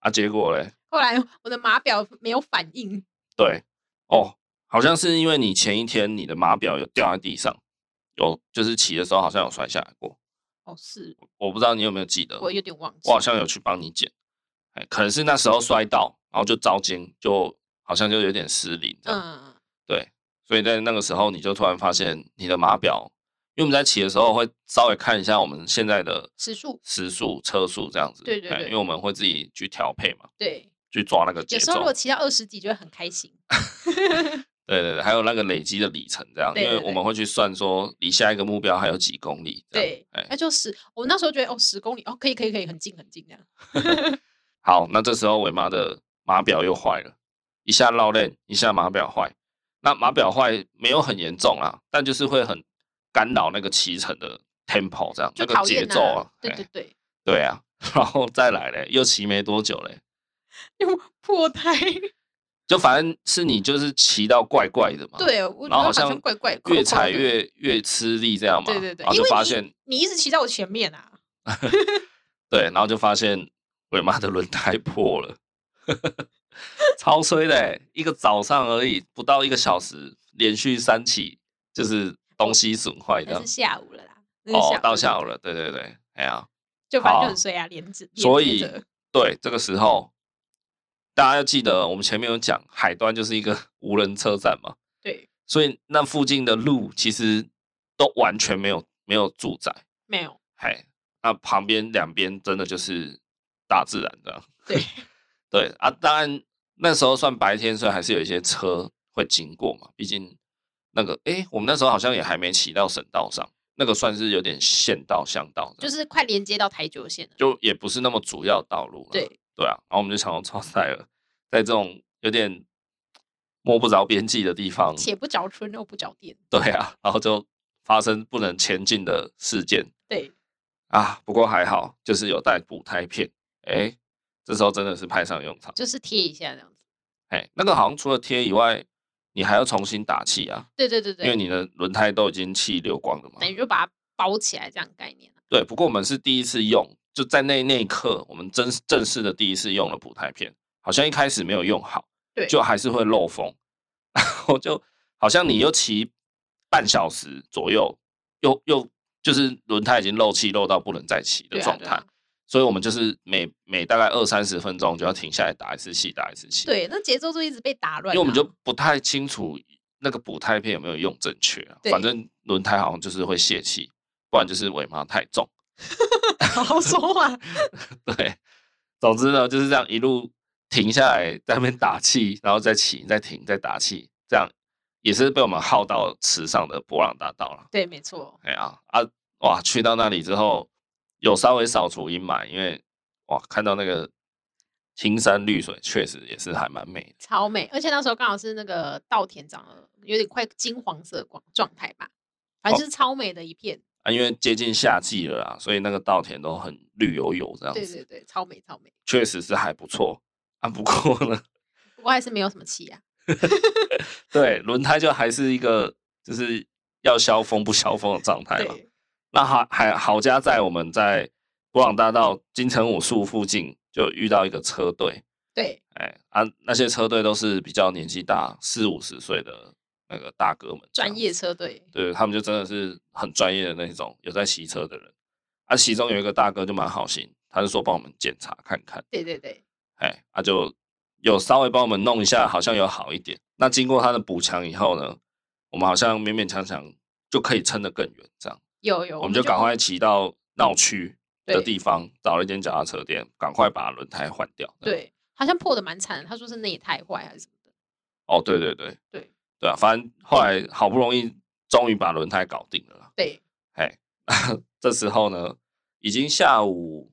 Speaker 1: 啊，结果嘞，
Speaker 2: 后来我的码表没有反应，嗯
Speaker 1: 对，哦，好像是因为你前一天你的码表有掉在地上，有就是骑的时候好像有摔下来过，
Speaker 2: 哦是
Speaker 1: 我不知道你有没有记得，
Speaker 2: 我有点忘记
Speaker 1: 我。好像有去帮你捡，哎，可能是那时候摔到，然后就糟筋，就好像就有点失灵这样，
Speaker 2: 嗯，
Speaker 1: 对，所以在那个时候你就突然发现你的码表，因为我们在骑的时候会稍微看一下我们现在的
Speaker 2: 时速
Speaker 1: 时速、车速这样子，
Speaker 2: 对对
Speaker 1: 哎
Speaker 2: 对
Speaker 1: 因为我们会自己去调配嘛。
Speaker 2: 对
Speaker 1: 去抓那个节
Speaker 2: 有时候如
Speaker 1: 奏
Speaker 2: 果。骑到二十几，就会很开心。
Speaker 1: 对对对，还有那个累积的里程这样，
Speaker 2: 对对
Speaker 1: 因为我们会去算说离下一个目标还有几公里。这样
Speaker 2: 对
Speaker 1: 哎，
Speaker 2: 那就十，我那时候觉得哦，十公里哦，可以可以可以，很近很近这样。
Speaker 1: 好，那这时候伟妈的码表又坏了，一下绕链，一下码表坏。那码表坏没有很严重啊，但就是会很干扰那个骑乘的 tempo 这样，那
Speaker 2: 就
Speaker 1: 个
Speaker 2: 讨
Speaker 1: 节
Speaker 2: 厌
Speaker 1: 奏
Speaker 2: 呐
Speaker 1: 啊。
Speaker 2: 对
Speaker 1: 哎
Speaker 2: 对对，
Speaker 1: 对啊，然后再来嘞，又骑没多久嘞，
Speaker 2: 又破胎。
Speaker 1: 就反正是你就是骑到怪怪的嘛。。
Speaker 2: 对，我
Speaker 1: 然后
Speaker 2: 觉得
Speaker 1: 好
Speaker 2: 好
Speaker 1: 像
Speaker 2: 像怪怪，
Speaker 1: 越
Speaker 2: 扣扣
Speaker 1: 踩
Speaker 2: 的
Speaker 1: 越越吃力这样嘛，
Speaker 2: 对对对
Speaker 1: 然，后
Speaker 2: 因
Speaker 1: 就
Speaker 2: 为
Speaker 1: 发
Speaker 2: 你
Speaker 1: 现
Speaker 2: 你一直骑在我前面啊，
Speaker 1: 对，然后就发现伟妈的轮胎破了， *laughs* 超衰的欸、一个早上而已，不到一个小时，连续三起就是东西损坏
Speaker 2: 那
Speaker 1: 的
Speaker 2: 是。下午了啦，那是
Speaker 1: 啊哦，到下
Speaker 2: 午
Speaker 1: 午
Speaker 2: 了，
Speaker 1: 了，对对对，哎呀、
Speaker 2: 就反正
Speaker 1: 好
Speaker 2: 就很衰啊，连着，连
Speaker 1: 所
Speaker 2: 接
Speaker 1: 以
Speaker 2: 着
Speaker 1: 对，这个时候大家要记得，我们前面有讲，海端就是一个 *laughs* 无人车站嘛，
Speaker 2: 对，
Speaker 1: 所以那附近的路其实都完全没有没有住宅，
Speaker 2: 没有，
Speaker 1: 嘿，那旁边两边真的就是大自然这样。
Speaker 2: 对
Speaker 1: *laughs* 对啊，当然那时候算白天，所以还是有一些车会经过嘛。毕竟那个，诶，我们那时候好像也还没骑到省道上，那个算是有点县道、乡道这
Speaker 2: 就
Speaker 1: 样，
Speaker 2: 是快连接到台九线了。
Speaker 1: 啊就也不是那么主要道路了。
Speaker 2: 对，
Speaker 1: 对啊，然后我们就想要超赛了，在这种有点摸不着边际的地方，
Speaker 2: 且不着村又不着店，
Speaker 1: 对啊，然后就发生不能前进的事件。
Speaker 2: 对，
Speaker 1: 啊，不过还好，就是有带补胎片，哎，这时候真的是派上用场。
Speaker 2: 就是贴一下这样子。
Speaker 1: 哎，那个好像除了贴以外，你还要重新打气啊，
Speaker 2: 对对对
Speaker 1: 因为
Speaker 2: 对，
Speaker 1: 你的轮胎都已经气流光了嘛。
Speaker 2: 等于就把它包起来这样概念啊。
Speaker 1: 对，不过我们是第一次用，就在那那一刻，我们真正式的第一次用了补胎片，好像一开始没有用好，
Speaker 2: 对
Speaker 1: 就还是会漏风， *laughs* 然后就好像你又骑半小时左右，又又就是轮胎已经漏气漏到不能再骑的
Speaker 2: 对啊
Speaker 1: 状
Speaker 2: 对
Speaker 1: 态
Speaker 2: 啊。
Speaker 1: 所以我们就是每每大概二三十分钟就要停下来打一次气，打一次气。，
Speaker 2: 对，那节奏就一直被打
Speaker 1: 因
Speaker 2: 乱啊。
Speaker 1: 为我们就不太清楚那个补胎片有没有用正确啊。
Speaker 2: 对
Speaker 1: 反正轮胎好像就是会泄气，不然就是尾麻太重。
Speaker 2: 好好说
Speaker 1: *laughs*
Speaker 2: 话，
Speaker 1: 对，总之呢就是这样一路停下来，在那边打气，然后再起，再停，再打气，这样也是被我们耗到池上的博朗大道了。
Speaker 2: 对，没错，
Speaker 1: 哎呀啊哇，去到那里之后有稍微扫除阴霾，因为哇看到那个青山绿水，确实也是还蛮美的。
Speaker 2: 超美。而且那时候刚好是那个稻田长了有点快金黄色光状态吧，
Speaker 1: 哦
Speaker 2: 反正就是超美的一片。
Speaker 1: 啊，因为接近夏季了啦，所以那个稻田都很绿油油这样
Speaker 2: 对
Speaker 1: 子，
Speaker 2: 对对，超美超美。
Speaker 1: 确实是还不错啊。不过呢，
Speaker 2: 不过还是没有什么气啊。
Speaker 1: 对轮胎就还是一个就是要消风不消风的状态嘛。
Speaker 2: 对，
Speaker 1: 那还还好家在我们在博朗大道金城武树附近就遇到一个车队，
Speaker 2: 对，
Speaker 1: 哎啊，那些车队都是比较年纪大，四五十岁的那个大哥们，
Speaker 2: 专，业车队，
Speaker 1: 对他们就真的是很专业的那种有在骑车的人。啊，其中有一个大哥就蛮好心，他就说帮我们检查看看，
Speaker 2: 对对对，
Speaker 1: 哎，他、就有稍微帮我们弄一下，好像有好一点。那经过他的补强以后呢，我们好像勉勉强强就可以撑得更远，这样
Speaker 2: 有有，
Speaker 1: 我们就赶快骑到闹区的
Speaker 2: 嗯对
Speaker 1: 地方，找了一间脚踏车店，赶快把轮胎换掉。这样
Speaker 2: 对，好像破的蛮惨的，他说是内太坏还是什么的。
Speaker 1: 哦，对对对
Speaker 2: 对
Speaker 1: 对啊，反正后来好不容易终于把轮胎搞定了啦。
Speaker 2: 对，
Speaker 1: 哎， *laughs* 这时候呢，已经下午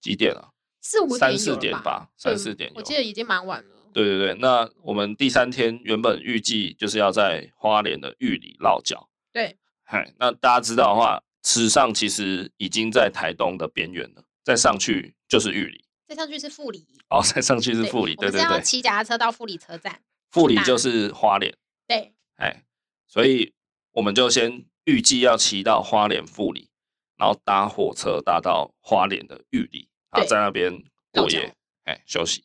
Speaker 1: 几点了？
Speaker 2: 四五
Speaker 1: 三
Speaker 2: 有
Speaker 1: 四
Speaker 2: 了
Speaker 1: 点吧，三
Speaker 2: 对
Speaker 1: 四点有。
Speaker 2: 我记得已经蛮晚了。
Speaker 1: 对对对，那我们第三天原本预计就是要在花莲的玉里落脚。
Speaker 2: 对，
Speaker 1: 嗨，那大家知道的话，池上其实已经在台东的边缘了，再上去就是玉里，
Speaker 2: 再上去是富里，
Speaker 1: 哦， *laughs* 再上去是富里，
Speaker 2: 我
Speaker 1: 对
Speaker 2: 们是
Speaker 1: 对
Speaker 2: 要
Speaker 1: 对，
Speaker 2: 骑脚踏车到富里车站。
Speaker 1: 富里
Speaker 2: 大
Speaker 1: 就是花莲。
Speaker 2: 对，
Speaker 1: 哎，所以我们就先预计要骑到花莲富里，然后搭火车搭到花莲的玉里，然后
Speaker 2: 对
Speaker 1: 在那边过
Speaker 2: 到
Speaker 1: 夜
Speaker 2: 家，
Speaker 1: 哎，休息。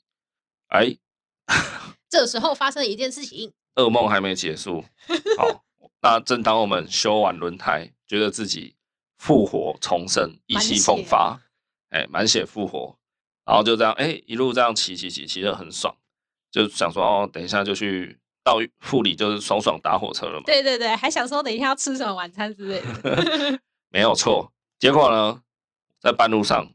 Speaker 1: 哎，
Speaker 2: 这时候发生了一件事情，
Speaker 1: 噩梦还没结束。
Speaker 2: *laughs*
Speaker 1: 好，那正当我们修完轮胎，觉得自己复活重生，意
Speaker 2: 满
Speaker 1: 气
Speaker 2: 血
Speaker 1: 风发，哎，满血复活，然后就这样，哎，一路这样骑骑骑骑的很爽，就想说哦，等一下就去到富里，就是爽爽搭火车了嘛。
Speaker 2: 对对对，还想说等一下要吃什么晚餐之类的。
Speaker 1: 没有错。结果呢，在半路上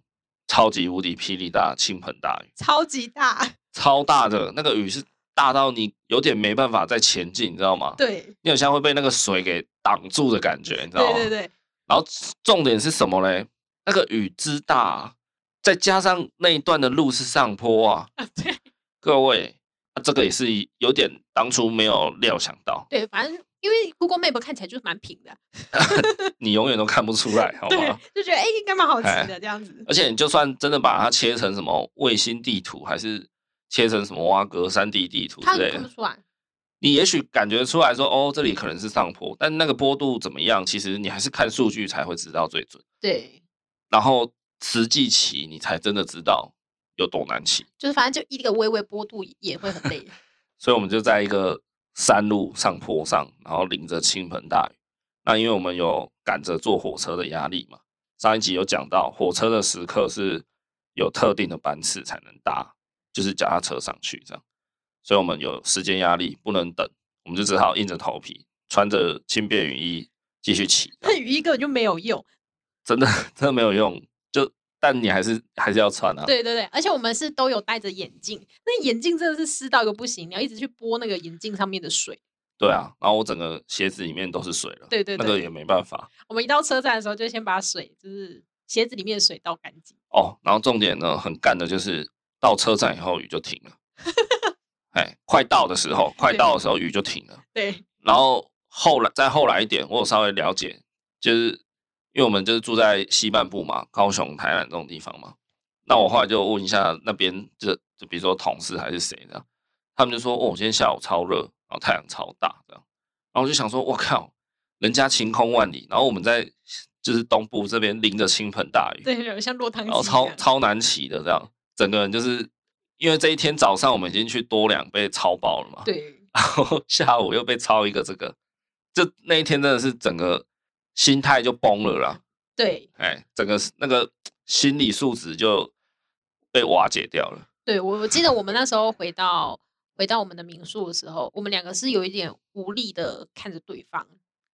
Speaker 1: 超级无敌霹雳大倾盆大雨，
Speaker 2: 超
Speaker 1: *laughs*
Speaker 2: 级大，
Speaker 1: 超大的那个雨是大到你有点没办法再前进，你知道吗？
Speaker 2: 对，
Speaker 1: 你好像会被那个水给挡住的感觉，你知道吗？
Speaker 2: 对对对，
Speaker 1: 然后重点是什么嘞？那个雨之大啊，再加上那一段的路是上坡啊，
Speaker 2: 啊对，
Speaker 1: 各位，啊这个也是有点当初没有料想到
Speaker 2: 对，反正因为 Google Map 看起来就是蛮平的，
Speaker 1: 你永远都看不出来，好吗？
Speaker 2: 对，就觉得哎应该蛮好骑
Speaker 1: 哎
Speaker 2: 的这样子，
Speaker 1: 而且你就算真的把它切成什么卫星地图，还是切成什么挖格山地地图
Speaker 2: 他
Speaker 1: 之类
Speaker 2: 看不
Speaker 1: 的，
Speaker 2: 出来，
Speaker 1: 你也许感觉出来说，哦，这里可能是上坡，但那个坡度怎么样，其实你还是看数据才会知道最准，
Speaker 2: 对，
Speaker 1: 然后实际骑你才真的知道有多难骑。
Speaker 2: 就是反正就一个微微波度也会很
Speaker 1: *laughs*
Speaker 2: 累，
Speaker 1: 所以我们就在一个山路上坡上，然后淋着倾盆大雨。那因为我们有赶着坐火车的压力嘛，上一集有讲到火车的时刻是有特定的班次才能搭，就是脚踏车上去这样，所以我们有时间压力，不能等，我们就只好硬着头皮，穿着轻便雨衣继续骑。 *laughs*
Speaker 2: 那雨衣根本就没有用，
Speaker 1: 真的真的没有用，就但你还是还是要穿啊。
Speaker 2: 对对对，而且我们是都有戴着眼镜，那眼镜真的是湿到一个不行，你要一直去拨那个眼镜上面的水。
Speaker 1: 对啊，然后我整个鞋子里面都是水了，
Speaker 2: 对对
Speaker 1: 那个
Speaker 2: 对，
Speaker 1: 也没办法。
Speaker 2: 我们一到车站的时候就先把水，就是鞋子里面的水倒干净。
Speaker 1: 哦，然后重点呢，很干的就是到车站以后雨就停了，哎，快到的时候，快
Speaker 2: 对
Speaker 1: 到的时候雨就停了。
Speaker 2: 对 *laughs*
Speaker 1: 然后后来再后来一点，我有稍微了解，就是因为我们就是住在西半部嘛，高雄、台南这种地方嘛。那我后来就问一下那边就就比如说同事还是谁的，他们就说哦，今天下午超热，然后太阳超大这样。然后我就想说，我靠，人家晴空万里，然后我们在就是东部这边淋着倾盆大雨，
Speaker 2: 对，有点像落汤鸡
Speaker 1: 然
Speaker 2: 一
Speaker 1: 后
Speaker 2: 样。
Speaker 1: 哦超超难骑的这样，整个人就是因为这一天早上我们已经去多两被超爆了嘛，
Speaker 2: 对
Speaker 1: 然后下午又被超一个这个，就那一天真的是整个心态就崩了啦，
Speaker 2: 对
Speaker 1: 哎，整个那个心理素质就被瓦解掉了，
Speaker 2: 对，我我记得我们那时候回到回到我们的民宿的时候，我们两个是有一点无力的看着对方，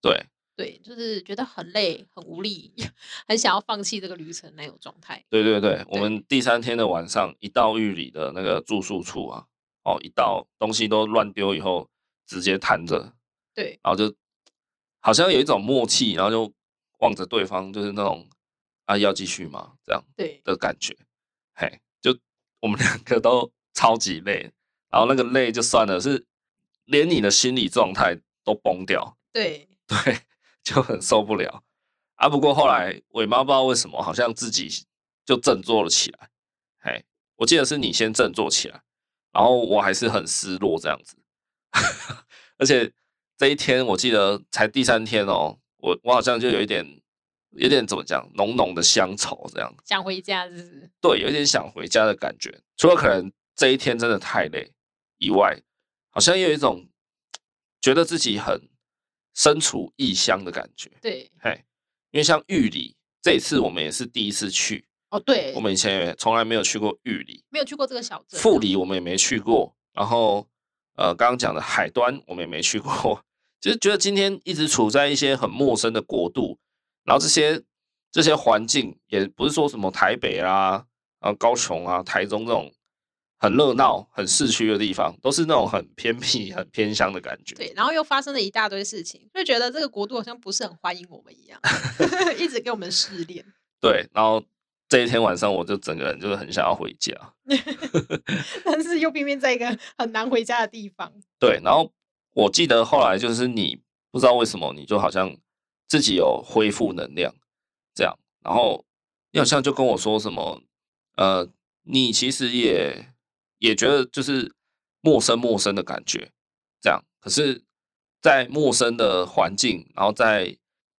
Speaker 1: 对，
Speaker 2: 对，就是觉得很累、很无力、 *laughs* 很想要放弃这个旅程那种状态。
Speaker 1: 对对对，我们第三天的晚上一到玉里的那个住宿处啊，哦，一到东西都乱丢以后，直接摊着，
Speaker 2: 对
Speaker 1: 然后就好像有一种默契，然后就望着对方，就是那种啊要继续吗？这样
Speaker 2: 对
Speaker 1: 的感觉，嘿，就我们两个都超级累，然后那个累就算了，是连你的心理状态都崩掉，
Speaker 2: 对
Speaker 1: 对，就很受不了啊。不过后来尾妈不知道为什么，好像自己就振作了起来，嘿，我记得是你先振作起来，然后我还是很失落这样子， *laughs* 而且这一天我记得才第三天哦，我我好像就有一点。有点怎么讲，浓浓的乡愁这样
Speaker 2: 想回家就是
Speaker 1: 对，有点想回家的感觉。除了可能这一天真的太累以外，好像又有一种觉得自己很身处异乡的感觉。
Speaker 2: 对
Speaker 1: 嘿，因为像玉里这一次我们也是第一次去，
Speaker 2: 哦对
Speaker 1: 我，们以前也从来没有去过玉里，
Speaker 2: 没有去过这个小镇。
Speaker 1: 富里我们也没去过，然后呃，刚刚讲的海端我们也没去过， *laughs* 就是觉得今天一直处在一些很陌生的国度，然后这些这些环境也不是说什么台北啦、啊高雄啊、台中这种很热闹、很市区的地方，都是那种很偏僻、很偏乡的感觉。
Speaker 2: 对，然后又发生了一大堆事情，就觉得这个国度好像不是很欢迎我们一 *laughs* 样，一直给我们失恋。
Speaker 1: 对，然后这一天晚上我就整个人就是很想要回家。
Speaker 2: *laughs* 但是又偏偏在一个很难回家的地方。
Speaker 1: 对，然后我记得后来就是你不知道为什么，你就好像自己有恢复能量这样，然后你好像就跟我说什么，呃，你其实也也觉得就是陌生陌生的感觉，这样，可是，在陌生的环境，然后在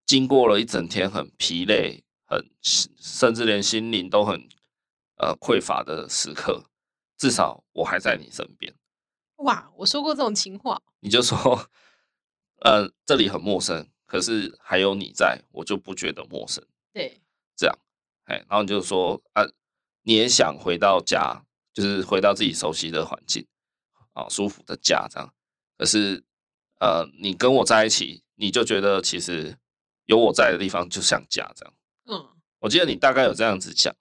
Speaker 1: 经过了一整天很疲累、很心甚至连心灵都很呃匮乏的时刻，至少我还在你身边。
Speaker 2: 哇，我说过这种情话，
Speaker 1: 你就说，呃，这里很陌生，可是还有你在，我就不觉得陌生。
Speaker 2: 对
Speaker 1: 哎，然后你就说，啊，你也想回到家，就是回到自己熟悉的环境，啊，舒服的家这样。可是，呃，你跟我在一起，你就觉得其实有我在的地方就像家这样。
Speaker 2: 嗯，
Speaker 1: 我记得你大概有这样子讲，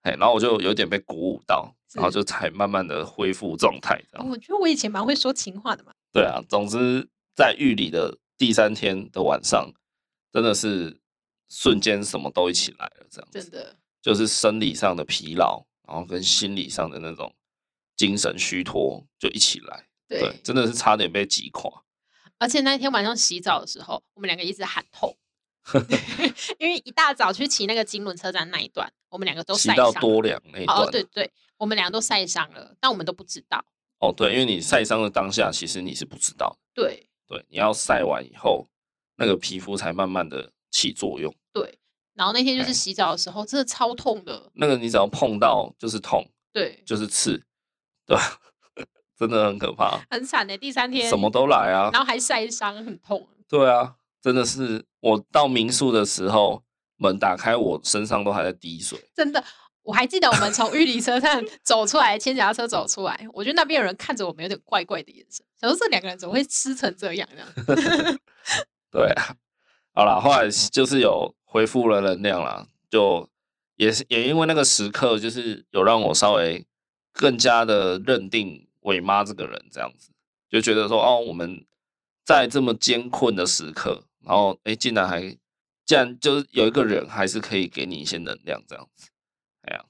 Speaker 1: 哎，然后我就有点被鼓舞到，然后
Speaker 2: 是
Speaker 1: 就才慢慢的恢复状态这样。
Speaker 2: 我觉得我以前蛮会说情话的嘛，
Speaker 1: 对啊，总之在狱里的第三天的晚上，真的是瞬间什么都一起来了，这样
Speaker 2: 真
Speaker 1: 子，
Speaker 2: 的，
Speaker 1: 就是生理上的疲劳，然后跟心理上的那种精神虚脱就一起来，
Speaker 2: 对。
Speaker 1: 对，真的是差点被击垮。
Speaker 2: 而且那一天晚上洗澡的时候，我们两个一
Speaker 1: *laughs*
Speaker 2: 直喊痛， *laughs* 因为一大早去骑那个金轮车站那一段，我们两个都
Speaker 1: 骑
Speaker 2: 晒
Speaker 1: 到
Speaker 2: 伤了。
Speaker 1: 多良那一段，
Speaker 2: 哦，对对，我们俩都晒伤了，但我们都不知道。
Speaker 1: 哦对，因为你晒伤的当下，其实你是不知道的，
Speaker 2: 对
Speaker 1: 对，你要晒完以后，那个皮肤才慢慢的起作用，
Speaker 2: 对，然后那天就是
Speaker 1: 哎
Speaker 2: 洗澡的时候，真的超痛的。
Speaker 1: 那个你只要碰到就是痛，
Speaker 2: 对，
Speaker 1: 就是刺，对吧？ *laughs* 真的很可怕。
Speaker 2: 很惨的。第三天
Speaker 1: 什么都来啊
Speaker 2: 然！后还晒伤，很痛。
Speaker 1: 对啊，真的是我到民宿的时候，门打开，我身上都还在滴水。
Speaker 2: 真的，我还记得我们从玉里
Speaker 1: *laughs*
Speaker 2: 车站走出来，牵脚踏车走出来，我觉得那边有人看着我们有点怪怪的眼神，想说这两个人怎么会吃成这样呢？
Speaker 1: 对啊，好啦，后来就是有恢复了能量啦，就也是也因为那个时刻，就是有让我稍微更加的认定伟妈这个人，这样子就觉得说，哦，我们在这么艰困的时刻，然后哎，竟然还竟然就是有一个人还是可以给你一些能量，这样子，哎呀，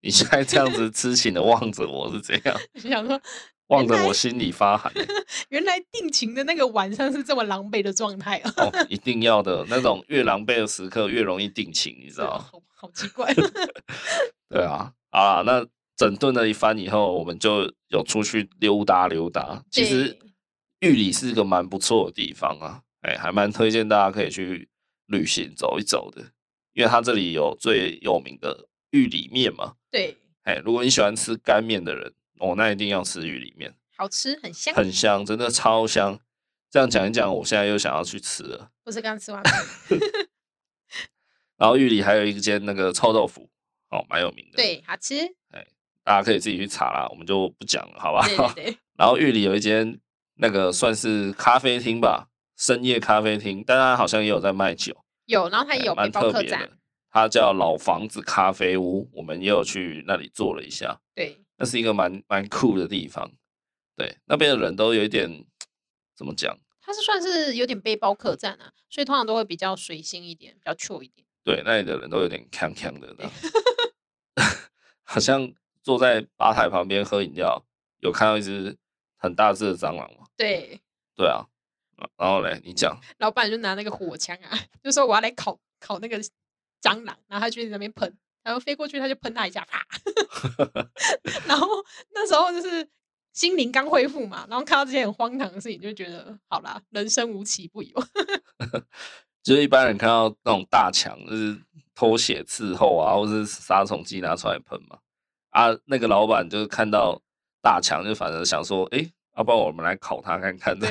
Speaker 1: 你现在这样子痴情的望着我是这样，
Speaker 2: 就 *laughs* 想说，
Speaker 1: 望着我心里发寒欸、
Speaker 2: 原来定情的那个晚上是这么狼狈的状态啊！
Speaker 1: 哦，一定要的那种越狼狈的时刻越容易定情，你知
Speaker 2: 是
Speaker 1: 道吗？
Speaker 2: 好好
Speaker 1: *laughs*
Speaker 2: 奇怪。
Speaker 1: 对啊，
Speaker 2: 嗯
Speaker 1: 啊，那整顿了一番以后，我们就有出去溜达溜达。其实玉里是个蛮不错的地方啊，哎、还蛮推荐大家可以去旅行走一走的，因为它这里有最有名的玉里面嘛。
Speaker 2: *laughs* 对，
Speaker 1: 哎、如果你喜欢吃干面的人，哦，那一定要吃玉里面，
Speaker 2: 好吃，很香。
Speaker 1: 很香，真的超香。这样讲一讲，我现在又想要去吃了。
Speaker 2: 不是刚吃完吗？
Speaker 1: 然后玉里还有一间那个臭豆腐，哦，蛮有名的，，
Speaker 2: 对，好
Speaker 1: *laughs*
Speaker 2: 吃。
Speaker 1: 大家可以自己去查啦，我们就不讲了，好吧？
Speaker 2: 对对对，
Speaker 1: 然后玉里有一间那个算是咖啡厅吧，深夜咖啡厅，但它好像也有在卖酒，
Speaker 2: 有，然后它也
Speaker 1: 哎
Speaker 2: 有背
Speaker 1: 蛮
Speaker 2: 包
Speaker 1: 特
Speaker 2: 客
Speaker 1: 别的
Speaker 2: 栈。。
Speaker 1: 它叫老房子咖啡屋，我们也有去那里坐了一下，
Speaker 2: 对，
Speaker 1: 那是一个蛮蛮酷的地方。对，那边的人都有一点怎么讲？
Speaker 2: 它是算是有点背包客栈啊，所以通常都会比较随性一点，比较 chill 一点。
Speaker 1: 对，那里的人都有点康康的这样， *laughs* 好像坐在吧台旁边喝饮料，有看到一只很大只的蟑螂吗？
Speaker 2: 对，
Speaker 1: 对啊，然后嘞，你讲。
Speaker 2: 老板就拿那个火枪啊， *laughs* 就说我要来烤烤那个蟑螂，然后他就在那边喷，然后飞过去他就喷他一下，啪。 *laughs* 然后那时候就是心灵刚恢复嘛，然后看到这些很荒唐的事情，就觉得好啦，人生无奇不有。 *laughs*
Speaker 1: 就是一般人看到那种大强，就是拖鞋伺候啊，或是杀虫剂拿出来喷嘛。啊，那个老板就是看到大强，就反正想说，诶，要、不然我们来烤他看看
Speaker 2: 对。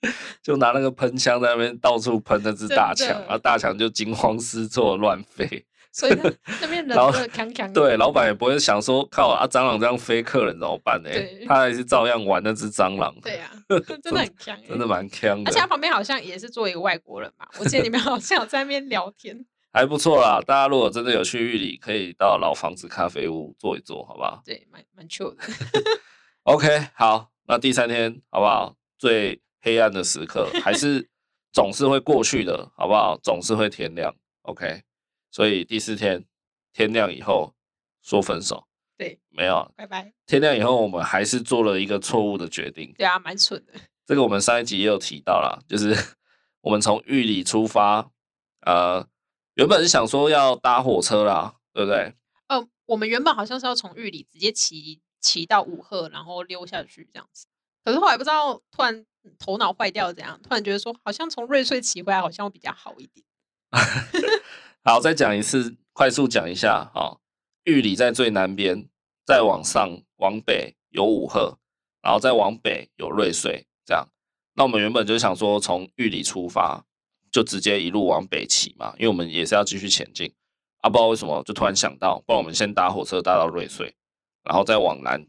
Speaker 1: *laughs* 就拿那个喷枪在那边到处喷那只
Speaker 2: 真
Speaker 1: 大强，
Speaker 2: 的
Speaker 1: 然后大强就惊慌失措乱飞。
Speaker 2: 所以那那边人
Speaker 1: 然后
Speaker 2: 真的康康的。
Speaker 1: 对，老板也不会想说，靠啊，蟑螂这样飞，客人怎么办呢、
Speaker 2: 对
Speaker 1: 他还是照样玩那只蟑螂，
Speaker 2: 对
Speaker 1: *laughs*
Speaker 2: 啊，真的很强、欸，
Speaker 1: 真的蛮强的
Speaker 2: 而且。他旁边好像也是作为一个外国人嘛，我记得你们好像有在那边聊天。
Speaker 1: 还不错啦，大家如果真的有去玉里，可以到老房子咖啡屋坐一坐，好不好？
Speaker 2: 对，蛮蛮 chill 的。
Speaker 1: OK，好，那第三天好不好？最黑暗的时刻还是总是会过去的，好不好？总是会天亮。OK，所以第四天天亮以后说分手，
Speaker 2: 对，
Speaker 1: 没有
Speaker 2: 拜拜。
Speaker 1: 天亮以后，我们还是做了一个错误的决定。
Speaker 2: 对啊，蛮蠢的。
Speaker 1: 这个我们上一集也有提到啦，就是 *laughs* 我们从玉里出发，呃，原本是想说要搭火车啦，对不对？
Speaker 2: 呃，我们原本好像是要从玉里直接骑骑到五鹤，然后溜下去这样子。可是后来不知道突然头脑坏掉怎样，突然觉得说好像从瑞穗骑回来好像会比较好一点。
Speaker 1: 好，再讲一次，快速讲一下啊、哦。玉里在最南边，再往上往北有五鹤，然后再往北有瑞穗，这样。那我们原本就想说从玉里出发，就直接一路往北骑嘛，因为我们也是要继续前进。啊，不知道为什么就突然想到，不然我们先搭火车搭到瑞穗，然后再往南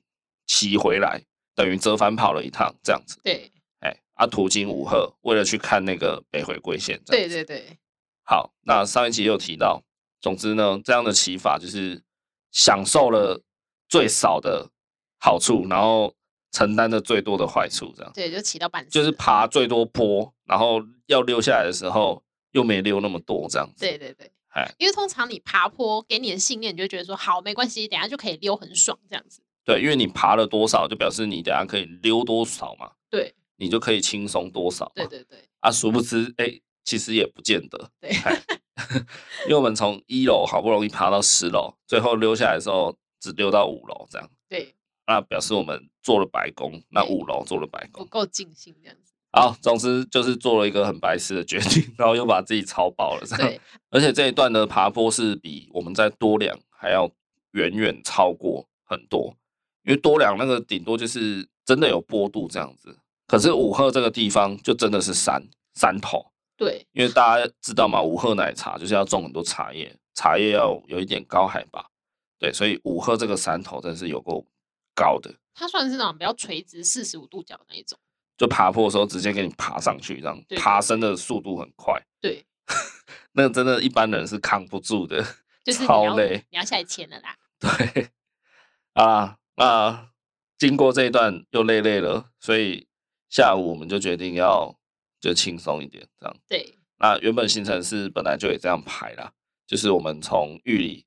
Speaker 1: 骑回来，等于折返跑了一趟这样子。
Speaker 2: 对
Speaker 1: 哎，啊，途经五鹤，为了去看那个北回归线，这样
Speaker 2: 对
Speaker 1: 子
Speaker 2: 对对
Speaker 1: 好，那上一集也有提到，总之呢，这样的骑法就是享受了最少的好处，然后承担了最多的坏处，这样
Speaker 2: 对，就骑到半死，
Speaker 1: 就是爬最多坡，然后要溜下来的时候又没溜那么多，这样子。
Speaker 2: 对，对对
Speaker 1: 哎，
Speaker 2: 因为通常你爬坡给你的信念，你就会觉得说好没关系，等一下就可以溜很爽这样子。
Speaker 1: 对，因为你爬了多少，就表示你等下可以溜多少嘛，
Speaker 2: 对
Speaker 1: 你就可以轻松多少嘛。
Speaker 2: 对对对，
Speaker 1: 啊，殊不知，哎、其实也不见得。
Speaker 2: 对
Speaker 1: 哎， *laughs* 因为我们从一楼好不容易爬到十楼，最后溜下来的时候只溜到五楼，这样，
Speaker 2: 对，
Speaker 1: 那表示我们做了白工，那
Speaker 2: 对
Speaker 1: 五楼做了白
Speaker 2: 不
Speaker 1: 工。
Speaker 2: 够尽兴这样
Speaker 1: *laughs*
Speaker 2: 子。
Speaker 1: 好，总之就是做了一个很白痴的决定，然后又把自己超爆了，这样。
Speaker 2: 对，
Speaker 1: *laughs* 而且这一段的爬坡是比我们在多良还要远远超过很多，因为多良那个顶多就是真的有坡度这样子，可是五鹤这个地方就真的是山山头，
Speaker 2: 对
Speaker 1: 因为大家知道嘛，五鹤奶茶就是要种很多茶叶，茶叶要有一点高海拔，对，所以五鹤这个山头真的是有够高的，
Speaker 2: 它算是那种比较垂直四十五度角的那一种。
Speaker 1: 就爬坡的时候直接给你爬上去，这样
Speaker 2: 对
Speaker 1: 爬升的速度很快，
Speaker 2: 对，
Speaker 1: *laughs* 那个真的一般人是扛不住的。
Speaker 2: 就是你
Speaker 1: 超
Speaker 2: 要
Speaker 1: 累
Speaker 2: 你要下来签了啦。
Speaker 1: 对，啊，那经过这一段又累累了，所以下午我们就决定要就轻松一点这样。
Speaker 2: 对
Speaker 1: 那原本行程是本来就也这样排啦，就是我们从玉里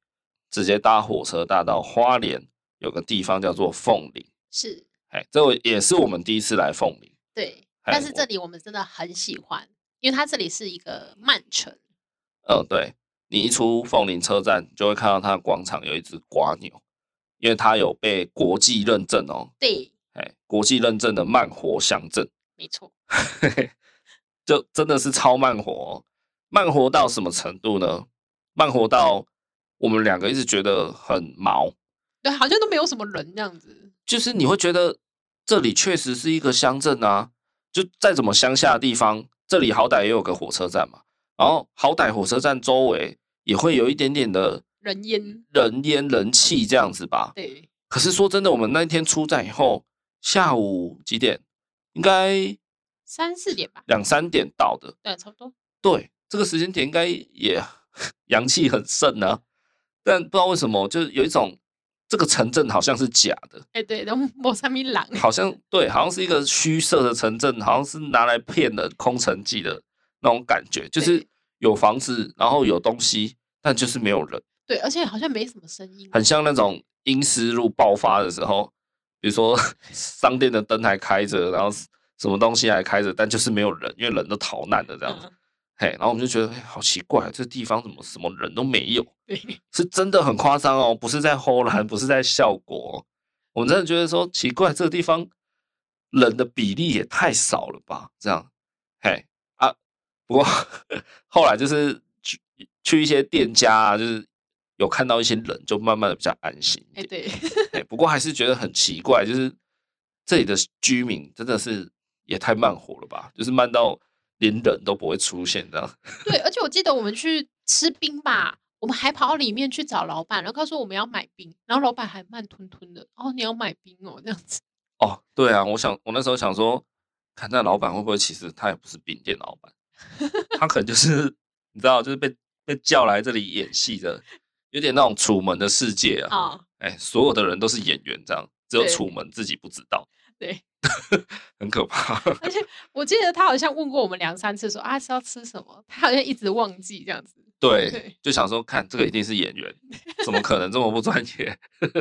Speaker 1: 直接搭火车搭到花莲，有个地方叫做凤岭，
Speaker 2: 是，
Speaker 1: 哎，这我也是我们第一次来凤岭，
Speaker 2: 对，
Speaker 1: 哎
Speaker 2: 但是这
Speaker 1: 我
Speaker 2: 里我们真的很喜欢，因为它这里是一个慢城。
Speaker 1: 嗯，对你一出凤林车站，就会看到它的广场有一只瓜牛，因为它有被国际认证哦，
Speaker 2: 对，
Speaker 1: 哎，国际认证的慢活乡镇， *laughs*
Speaker 2: 没错，
Speaker 1: 就真的是超慢活哦、慢活到什么程度呢？慢活到我们两个一直觉得很毛，
Speaker 2: 对，好像都没有什么人这样子。
Speaker 1: 就是你会觉得这里确实是一个乡镇啊，就再怎么乡下的地方，这里好歹也有个火车站嘛，然后好歹火车站周围也会有一点点的
Speaker 2: 人烟，
Speaker 1: 人烟人气这样子吧，
Speaker 2: 对，
Speaker 1: 可是说真的，我们那一天出站以后，下午几点？应该
Speaker 2: 三四点吧，
Speaker 1: 两三点到的。
Speaker 2: 对，差不多。
Speaker 1: 对，这个时间点应该也 *laughs* 阳气很盛呢、但不知道为什么，就是有一种这个城镇好像是假的，
Speaker 2: 哎、对，然后 *laughs* 抹三米狼，
Speaker 1: 好像对，好像是一个虚设的城镇，好像是拿来骗人、空城计的那种感觉，就是
Speaker 2: 对
Speaker 1: 有房子，然后有东西，但就是没有人。
Speaker 2: 对，而且好像没什么声音，
Speaker 1: 很像那种阴湿路爆发的时候，比如说商店的灯还开着，然后什么东西还开着，但就是没有人，因为人都逃难了这样子。
Speaker 2: 嗯
Speaker 1: 嘿，然后我们就觉得、哎好奇怪，这地方怎么什么人都没有？
Speaker 2: 对，
Speaker 1: 是真的很夸张哦，不是在偷懒，不是在效果哦、我们真的觉得说奇怪，这个地方人的比例也太少了吧？这样，嘿啊，不过 *laughs* 后来就是去去一些店家、啊，就是有看到一些人，就慢慢的比较安心一
Speaker 2: 哎、
Speaker 1: 点。
Speaker 2: 对， *laughs*
Speaker 1: 哎，不过还是觉得很奇怪，就是这里的居民真的是也太慢活了吧？就是慢到连人都不会出现这样。
Speaker 2: 对，而且我记得我们去吃冰吧，我们还跑到里面去找老板，然后告诉我们要买冰，然后老板还慢吞吞的，哦，你要买冰哦，这样子。
Speaker 1: 哦，对啊，我想我那时候想说，看那老板会不会其实他也不是饼店老板，他可能就是你知道，就是被被叫来这里演戏的，有点那种楚门的世界 *laughs* 啊，
Speaker 2: 啊，
Speaker 1: 哎、所有的人都是演员这样，只有
Speaker 2: 对
Speaker 1: 楚门自己不知道，
Speaker 2: 对，
Speaker 1: 很可怕。
Speaker 2: 我记得他好像问过我们两三次说啊是要吃什么，他好像一直忘记这样子。
Speaker 1: 对，
Speaker 2: 对，
Speaker 1: 就想说看这个一定是演员，怎么可能这么不专业？ *laughs*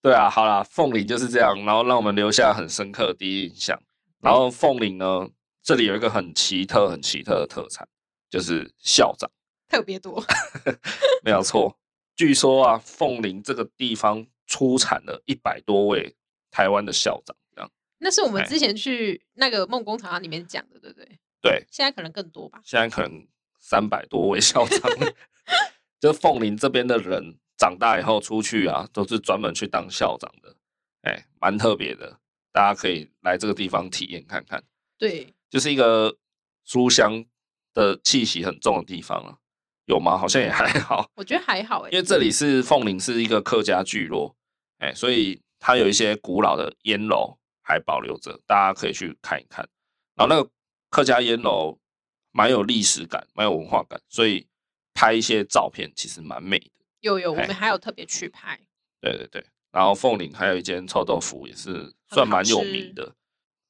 Speaker 1: 对啊，好啦，凤岭就是这样，然后让我们留下很深刻的第一印象。然后凤岭呢，这里有一个很奇特、很奇特的特产，就是校长，
Speaker 2: 特别多。 *laughs*
Speaker 1: 没有错。据说啊，凤岭这个地方出产了一百多位台湾的校长，这样
Speaker 2: 那是我们
Speaker 1: 哎
Speaker 2: 之前去那个梦工厂里面讲的，对不对？
Speaker 1: 对。
Speaker 2: 现在可能更多吧。
Speaker 1: 现在可能三百多位 *laughs* 校长，就凤林这边的人长大以后出去啊，都是专门去当校长的，哎、蛮特别的，大家可以来这个地方体验看看，
Speaker 2: 对，
Speaker 1: 就是一个书香的气息很重的地方了、有吗？好像也还好，
Speaker 2: 我觉得还好哎、
Speaker 1: 因为这里是凤林是一个客家聚落，哎、所以它有一些古老的烟楼还保留着，大家可以去看一看。然后那个客家烟楼蛮有历史感，蛮有文化感，所以拍一些照片其实蛮美的。
Speaker 2: 有有，我
Speaker 1: 哎
Speaker 2: 们还有特别去拍，
Speaker 1: 对对对，然后凤岭还有一间臭豆腐也是算
Speaker 2: 好
Speaker 1: 蛮有
Speaker 2: 吃
Speaker 1: 名的，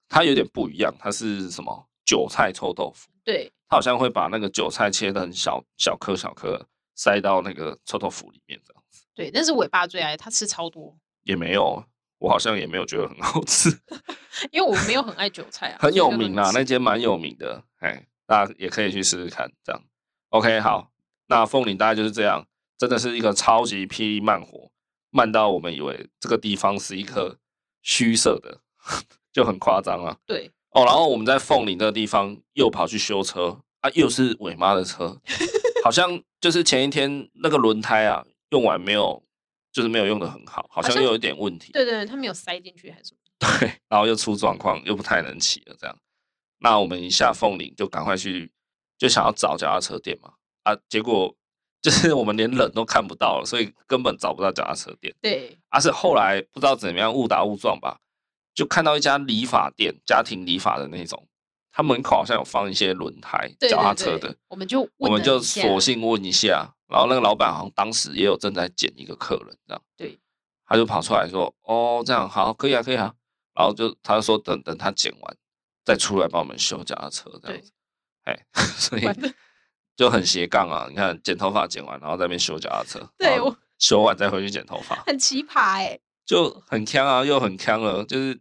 Speaker 1: 它有点不一样，它是什么韭菜臭豆腐？
Speaker 2: 对，
Speaker 1: 它好像会把那个韭菜切的很小小颗小颗，塞到那个臭豆腐里面这样
Speaker 2: 对，但是尾巴最爱，他吃超多，
Speaker 1: 也没有，我好像也没有觉得很好吃，
Speaker 2: 因为我没有很爱韭菜啊，
Speaker 1: *laughs* 很
Speaker 2: 所以
Speaker 1: 有
Speaker 2: 就
Speaker 1: 名
Speaker 2: 能
Speaker 1: 啊，
Speaker 2: 吃
Speaker 1: 那间蛮有名的，哎，大家也可以去试试看，这样。OK，好，那凤岭大概就是这样，真的是一个超级霹雳慢火，慢到我们以为这个地方是一颗虚设的， *laughs* 就很夸张啊。
Speaker 2: 对，
Speaker 1: 哦，然后我们在凤岭这个地方又跑去修车啊，又是伟妈的车，好像就是前一天那个轮胎啊用完没有，就是没有用的很好，好像
Speaker 2: 像
Speaker 1: 又有一点问题，
Speaker 2: 对对，他没有塞进去还是什么？
Speaker 1: 对，然后又出状况，又不太能骑了这样。那我们一下凤岭就赶快去，就想要找脚踏车店嘛啊，结果 *laughs* 就是我们连人都看不到了，所以根本找不到脚踏车店。
Speaker 2: 对，
Speaker 1: 而、是后来不知道怎么样误打误撞吧，就看到一家理发店，家庭理发的那种，他门口好像有放一些轮胎、
Speaker 2: 对
Speaker 1: 脚
Speaker 2: 对
Speaker 1: 踏车
Speaker 2: 对
Speaker 1: 的，
Speaker 2: 我们就
Speaker 1: 我
Speaker 2: 问
Speaker 1: 们
Speaker 2: 了嗯
Speaker 1: 就
Speaker 2: 一下
Speaker 1: 索性问一下，然后那个老板好像当时也有正在捡一个客人，这样，
Speaker 2: 对，
Speaker 1: 他就跑出来说：“哦，这样好，可以啊，可以啊。”然后就他就说等等他剪完再出来帮我们修脚踏车这样
Speaker 2: 对
Speaker 1: 子，哎， *laughs* 所以
Speaker 2: 完了
Speaker 1: 就很斜杠啊！你看剪头发剪完，然后在那边修脚踏车，
Speaker 2: 对
Speaker 1: 然后
Speaker 2: 我
Speaker 1: *laughs* 修完再回去剪头
Speaker 2: *laughs*
Speaker 1: 发，
Speaker 2: 很奇葩哎、
Speaker 1: 就很呛啊，又很呛了，就是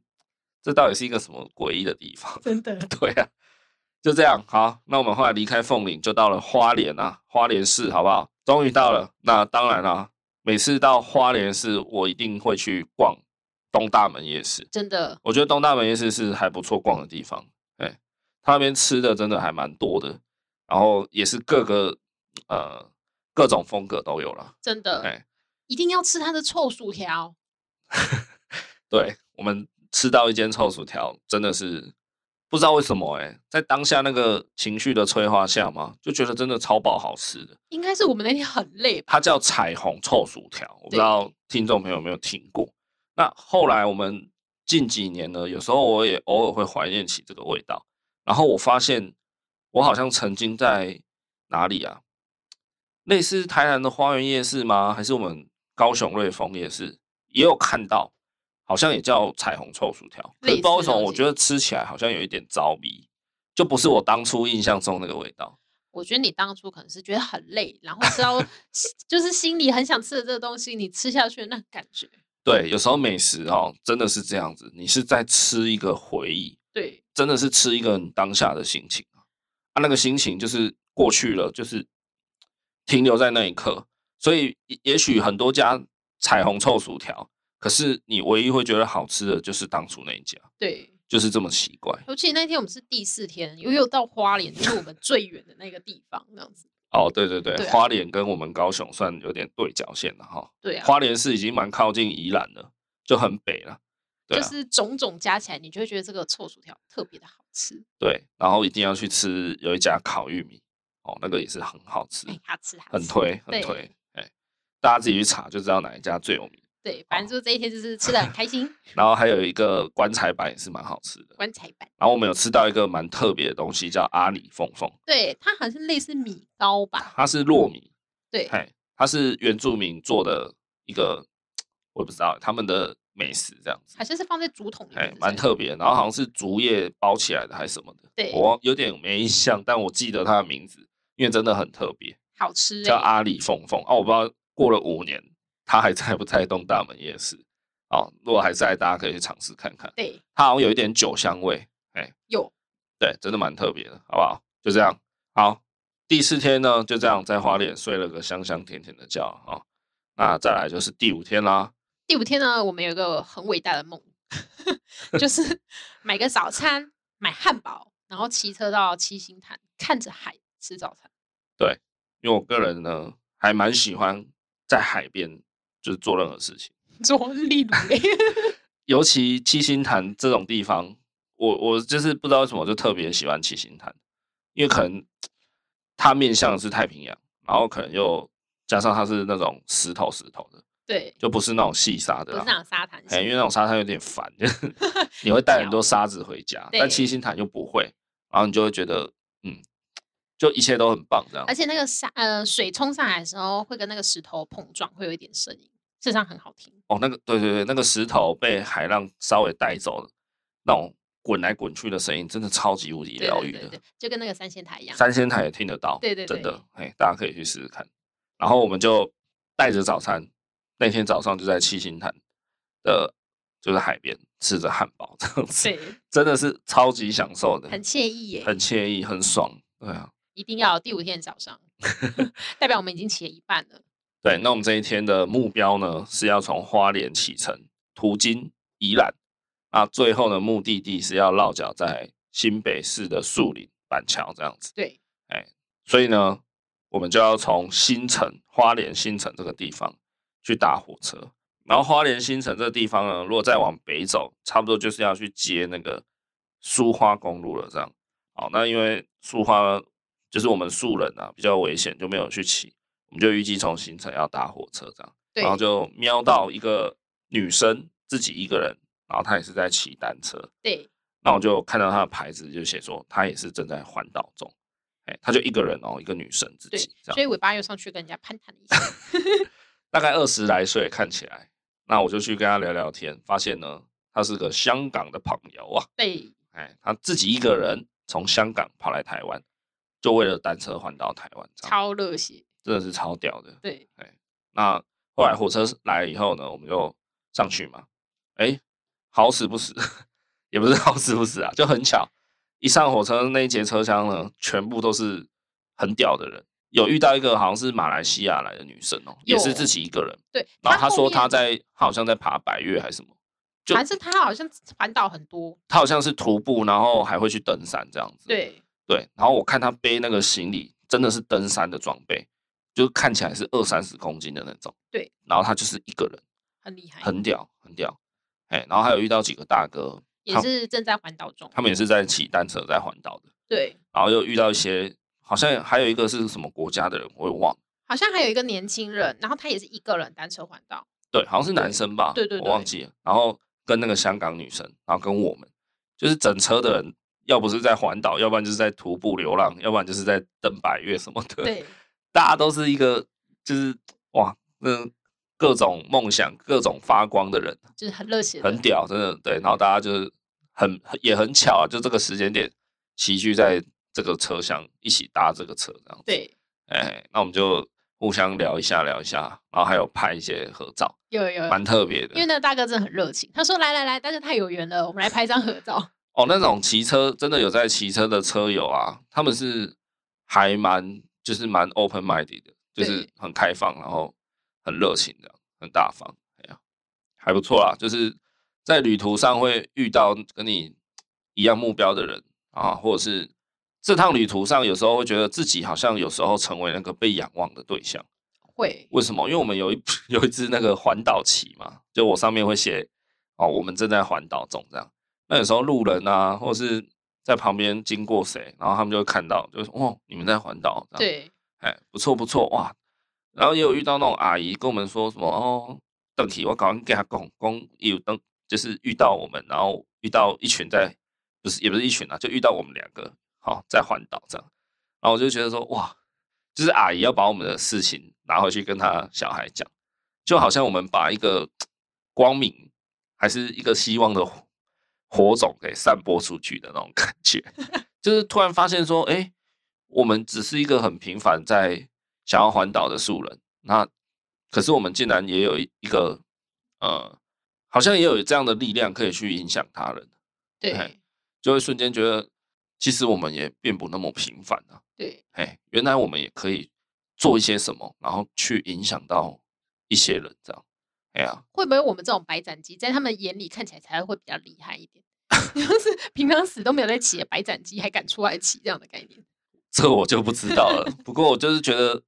Speaker 1: 这到底是一个什么诡异的地方？
Speaker 2: 真的，
Speaker 1: 对啊，就这样。好，那我们后来离开凤岭，就到了花莲啊，花莲市好不好？终于到了。那当然啦、啊每次到花莲市，我一定会去逛东大门夜市。
Speaker 2: 真的，
Speaker 1: 我觉得东大门夜市是还不错逛的地方，哎、他那边吃的真的还蛮多的，然后也是各个呃各种风格都有啦。
Speaker 2: 真的，
Speaker 1: 哎
Speaker 2: 一定要吃它的臭薯条，
Speaker 1: 对我们吃到一间臭薯条，真的是不知道为什么哎、在当下那个情绪的催化下嘛，就觉得真的超爆好吃的。
Speaker 2: 应该是我们那天很累吧？
Speaker 1: 它叫彩虹臭薯条，我不知
Speaker 2: 对
Speaker 1: 道听众朋友有没有听过。那后来我们近几年呢，有时候我也偶尔会怀念起这个味道。然后我发现，我好像曾经在哪里啊？类似台南的花园夜市吗？还是我们高雄瑞丰夜市也有看到？好像也叫彩虹臭薯条，可是不知道为什么，
Speaker 2: 类似
Speaker 1: 我觉得吃起来好像有一点着迷，就不是我当初印象中那个味道。
Speaker 2: 我觉得你当初可能是觉得很累，然后吃到就是心里很想吃的这个东西，你吃下去的那感觉，
Speaker 1: 对，有时候美食哦，真的是这样子，你是在吃一个回忆，
Speaker 2: 对，
Speaker 1: 真的是吃一个你当下的心情啊，啊那个心情就是过去了，就是停留在那一刻。所以也也许很多家彩虹臭薯条，可是你唯一会觉得好吃的就是当初那一家，
Speaker 2: 对。
Speaker 1: 就是这么奇怪
Speaker 2: 尤其那天我们是第四天，又又到花莲，就是我们最远的那个地方，那样子。
Speaker 1: 哦。对对对，
Speaker 2: 对啊
Speaker 1: 花莲跟我们高雄算有点对角线了哈。
Speaker 2: 对啊，
Speaker 1: 花莲市已经蛮靠近宜兰了，就很北了。对
Speaker 2: 就
Speaker 1: 啊
Speaker 2: 是种种加起来，你就会觉得这个臭薯条特别的好吃，
Speaker 1: 对，然后一定要去吃有一家烤玉米哦，那个也是很好吃，
Speaker 2: 哎，好吃，好
Speaker 1: 嗯很
Speaker 2: 吃。
Speaker 1: 推很
Speaker 2: 对
Speaker 1: 推，哎，大家自己去查就知道哪一家最有
Speaker 2: *laughs*
Speaker 1: 名。
Speaker 2: 对，反正就这一天就是吃的很开心，
Speaker 1: 然后还有一个棺材板也是蛮好吃的，
Speaker 2: 棺材板。
Speaker 1: 然后我们有吃到一个蛮特别的东西，叫阿里凤凤，
Speaker 2: 对，它好像类似米糕吧？
Speaker 1: 它是糯米，
Speaker 2: 啊对，
Speaker 1: 哎，它是原住民做的一个，我也不知道他们的美食这样子
Speaker 2: 好，像是放在竹筒里面
Speaker 1: 哎
Speaker 2: 的，，
Speaker 1: 蛮。特别的。然后好像是竹叶包起来的还是什么的，
Speaker 2: 对，
Speaker 1: 我忘有点没印象，但我记得它的名字，因为真的很特别。
Speaker 2: 好吃
Speaker 1: 叫
Speaker 2: 欸。
Speaker 1: 阿里凤凤哦，我不知道过了五年，他还在不在东大门夜市哦？如果还在，大家可以去尝试看看。
Speaker 2: 对，
Speaker 1: 它好像有一点酒香味，
Speaker 2: 有
Speaker 1: 对，真的蛮特别的，好不好？就这样，好。第四天呢，就这样在花莲睡了个香香甜甜的觉啊、哦。那再来就是第五天啦，
Speaker 2: 第五天呢，我们有一个很伟大的梦，
Speaker 1: *laughs*
Speaker 2: *laughs* 就是买个早餐，买汉堡，然后骑车到七星潭，看着海吃早餐。 *laughs*
Speaker 1: 因为我个人呢还蛮喜欢在海边就是做任何事情。
Speaker 2: 做例如嘞， *laughs*
Speaker 1: 尤其七星潭这种地方，我我就是不知道为什么我就特别喜欢七星潭，因为可能它面向是太平洋，然后可能又加上它是那种石头石头的，
Speaker 2: 对，
Speaker 1: 就不是那种细沙
Speaker 2: 不
Speaker 1: 的
Speaker 2: 是
Speaker 1: 啦
Speaker 2: 那。种沙滩
Speaker 1: 哎，因
Speaker 2: 型，
Speaker 1: 为那种沙滩有点烦，就是
Speaker 2: *laughs*
Speaker 1: 你会带很多沙子回家，但
Speaker 2: 对
Speaker 1: 七星潭又不会，然后你就会觉得，嗯，就一切都很棒这样
Speaker 2: 而。且那个沙呃水冲上来的时候，会跟那个石头碰撞，会有一点声音，事实上很好听。
Speaker 1: 哦，那个对对对，那个石头被海浪稍微带走了，那种滚来滚去的声音真的超级无敌
Speaker 2: 对
Speaker 1: 疗
Speaker 2: 对
Speaker 1: 愈
Speaker 2: 对
Speaker 1: 的。
Speaker 2: 对，就跟那个三仙台一样。
Speaker 1: 三仙台也听得到，
Speaker 2: 对对
Speaker 1: 真
Speaker 2: 对
Speaker 1: 的，哎，大家可以去试试看。然后我们就带着早餐，那天早上就在七星潭的，就是海边吃着汉堡这样子，
Speaker 2: 对，
Speaker 1: 真的是超级享受的，
Speaker 2: 很惬意耶，
Speaker 1: 很惬意，很爽。对啊，
Speaker 2: 一定要第五天
Speaker 1: *laughs*
Speaker 2: 早上，代表我们已经骑了一半了。
Speaker 1: 对。那我们这一天的目标呢，是要从花莲启程，途经宜兰，啊，最后的目的地是要落脚在新北市的树林板桥这样子。
Speaker 2: 对，
Speaker 1: 所以呢，我们就要从新城花莲新城这个地方去搭火车，然后花莲新城这个地方呢，如果再往北走，差不多就是要去接那个苏花公路了。这样，好，那因为苏花就是我们素人啊比较危险，就没有去骑，我们就预计从新城要搭火车这样，
Speaker 2: 对
Speaker 1: 然后就瞄到一个女生自己一个人，然后她也是在骑单车，
Speaker 2: 对，
Speaker 1: 那我就看到他的牌子，就写说他也是正在环岛中，哎、他就一个人哦，一个女生自
Speaker 2: 对
Speaker 1: 己这
Speaker 2: 所以
Speaker 1: 样，
Speaker 2: 尾巴又上去跟人家攀谈了一下。
Speaker 1: 大概二十来岁看起来。那我就去跟他聊聊天，发现呢，他是个香港的朋友啊，
Speaker 2: 对，
Speaker 1: 哎、他自己一个人从香港跑来台湾，就为了单车环岛台湾，这样
Speaker 2: 超热血。
Speaker 1: 真的是超屌的。
Speaker 2: 对，
Speaker 1: 那后来火车来以后呢，我们就上去嘛。哎、好死不死， *laughs* 也不是好死不死啊，就很巧，一上火车那一节车厢呢，全部都是很屌的人。有遇到一个好像是马来西亚来的女生哦、也是
Speaker 2: 有
Speaker 1: 自己一个人。
Speaker 2: 对，
Speaker 1: 然后她说
Speaker 2: 后
Speaker 1: 她
Speaker 2: 面，
Speaker 1: 在，她好像在爬白月还是什么，就
Speaker 2: 反正他好像环岛很多。
Speaker 1: 她好像是徒步，然后还会去登山这样子。
Speaker 2: 对，
Speaker 1: 对，然后我看她背那个行李，真的是登山的装备，就是看起来是二三十公斤的那种。
Speaker 2: 对，
Speaker 1: 然后她就是一个人。
Speaker 2: 很厉害，
Speaker 1: 很屌，很屌。哎、然后还有遇到几个大哥，
Speaker 2: 也是正在环岛中。
Speaker 1: 他们也是在骑单车在环岛的，
Speaker 2: 对，
Speaker 1: 然后又遇到一些，好像还有一个是什么国家的人，我也忘了，
Speaker 2: 好像还有一个年轻人，然后他也是一个人单车环岛。
Speaker 1: 对，好像是男生吧，
Speaker 2: 对对
Speaker 1: 我忘
Speaker 2: 对
Speaker 1: 记了。然后跟那个香港女生，然后跟我们，就是整车的人，要不是在环岛，要不然就是在徒步流浪，要不然就是在登百越什么的，，
Speaker 2: 对，
Speaker 1: 大家都是一个就是哇，那各种梦想、各种发光的人。
Speaker 2: 就是很热血的，
Speaker 1: 很屌，真的对。然后大家就是很也很巧啊，就这个时间点齐聚在这个车厢，一起搭这个车这样。，
Speaker 2: 对，
Speaker 1: 哎，那我们就互相聊一下聊一下，然后还有拍一些合照，
Speaker 2: 有有有。
Speaker 1: 蛮特别
Speaker 2: 呃因为
Speaker 1: 的。
Speaker 2: 那个大哥真的很热情，他说：“来来来，大家太有缘了，我们来拍张合照。
Speaker 1: 哦，那种骑车真的有在骑车的车友啊，他们是还蛮就是蛮 open minded 的，就是
Speaker 2: 对
Speaker 1: 很开放，然后很热情的，很大方，哎呀，还不错啦。就是在旅途上会遇到跟你一样目标的人啊，或者是这趟旅途上有时候会觉得自己好像有时候成为那个被仰望的对象。” *laughs*
Speaker 2: 会，
Speaker 1: 为什么？因为我们有一有一只那个环岛旗嘛，就我上面会写哦，我们正在环岛中这样。那有时候路人啊，或是在旁边经过谁，然后他们就会看到，就是哦，你们在环岛，这样，
Speaker 2: 对，
Speaker 1: 哎，不错不错哇。然后也有遇到那种阿姨跟我们说什么哦，邓启，我搞跟他讲，讲有邓，就是遇到我们，然后遇到一群在，不是也不是一群啊，就遇到我们两个，好、在环岛这样。然后我就觉得说，哇，就是阿姨要把我们的事情拿回去跟她小孩讲，就好像我们把一个光明还是一个希望的火火种给散播出去的那种感觉， *laughs* 就是突然发现说，哎、我们只是一个很平凡在想要环岛的素人，那可是我们竟然也有一一个呃，好像也有这样的力量可以去影响他人，
Speaker 2: 对，
Speaker 1: 就会瞬间觉得，其实我们也并不那么平凡啊。
Speaker 2: 对，
Speaker 1: 哎，原来我们也可以做一些什么，然后去影响到一些人，这样。哎呀，
Speaker 2: 会不会我们这种白斩鸡，在他们眼里看起来才会比较厉害一点？ *laughs* 就是平常死都没有在骑的白斩鸡，还敢出来骑这样的概念？
Speaker 1: 这我就不知道了。不过我就是觉得，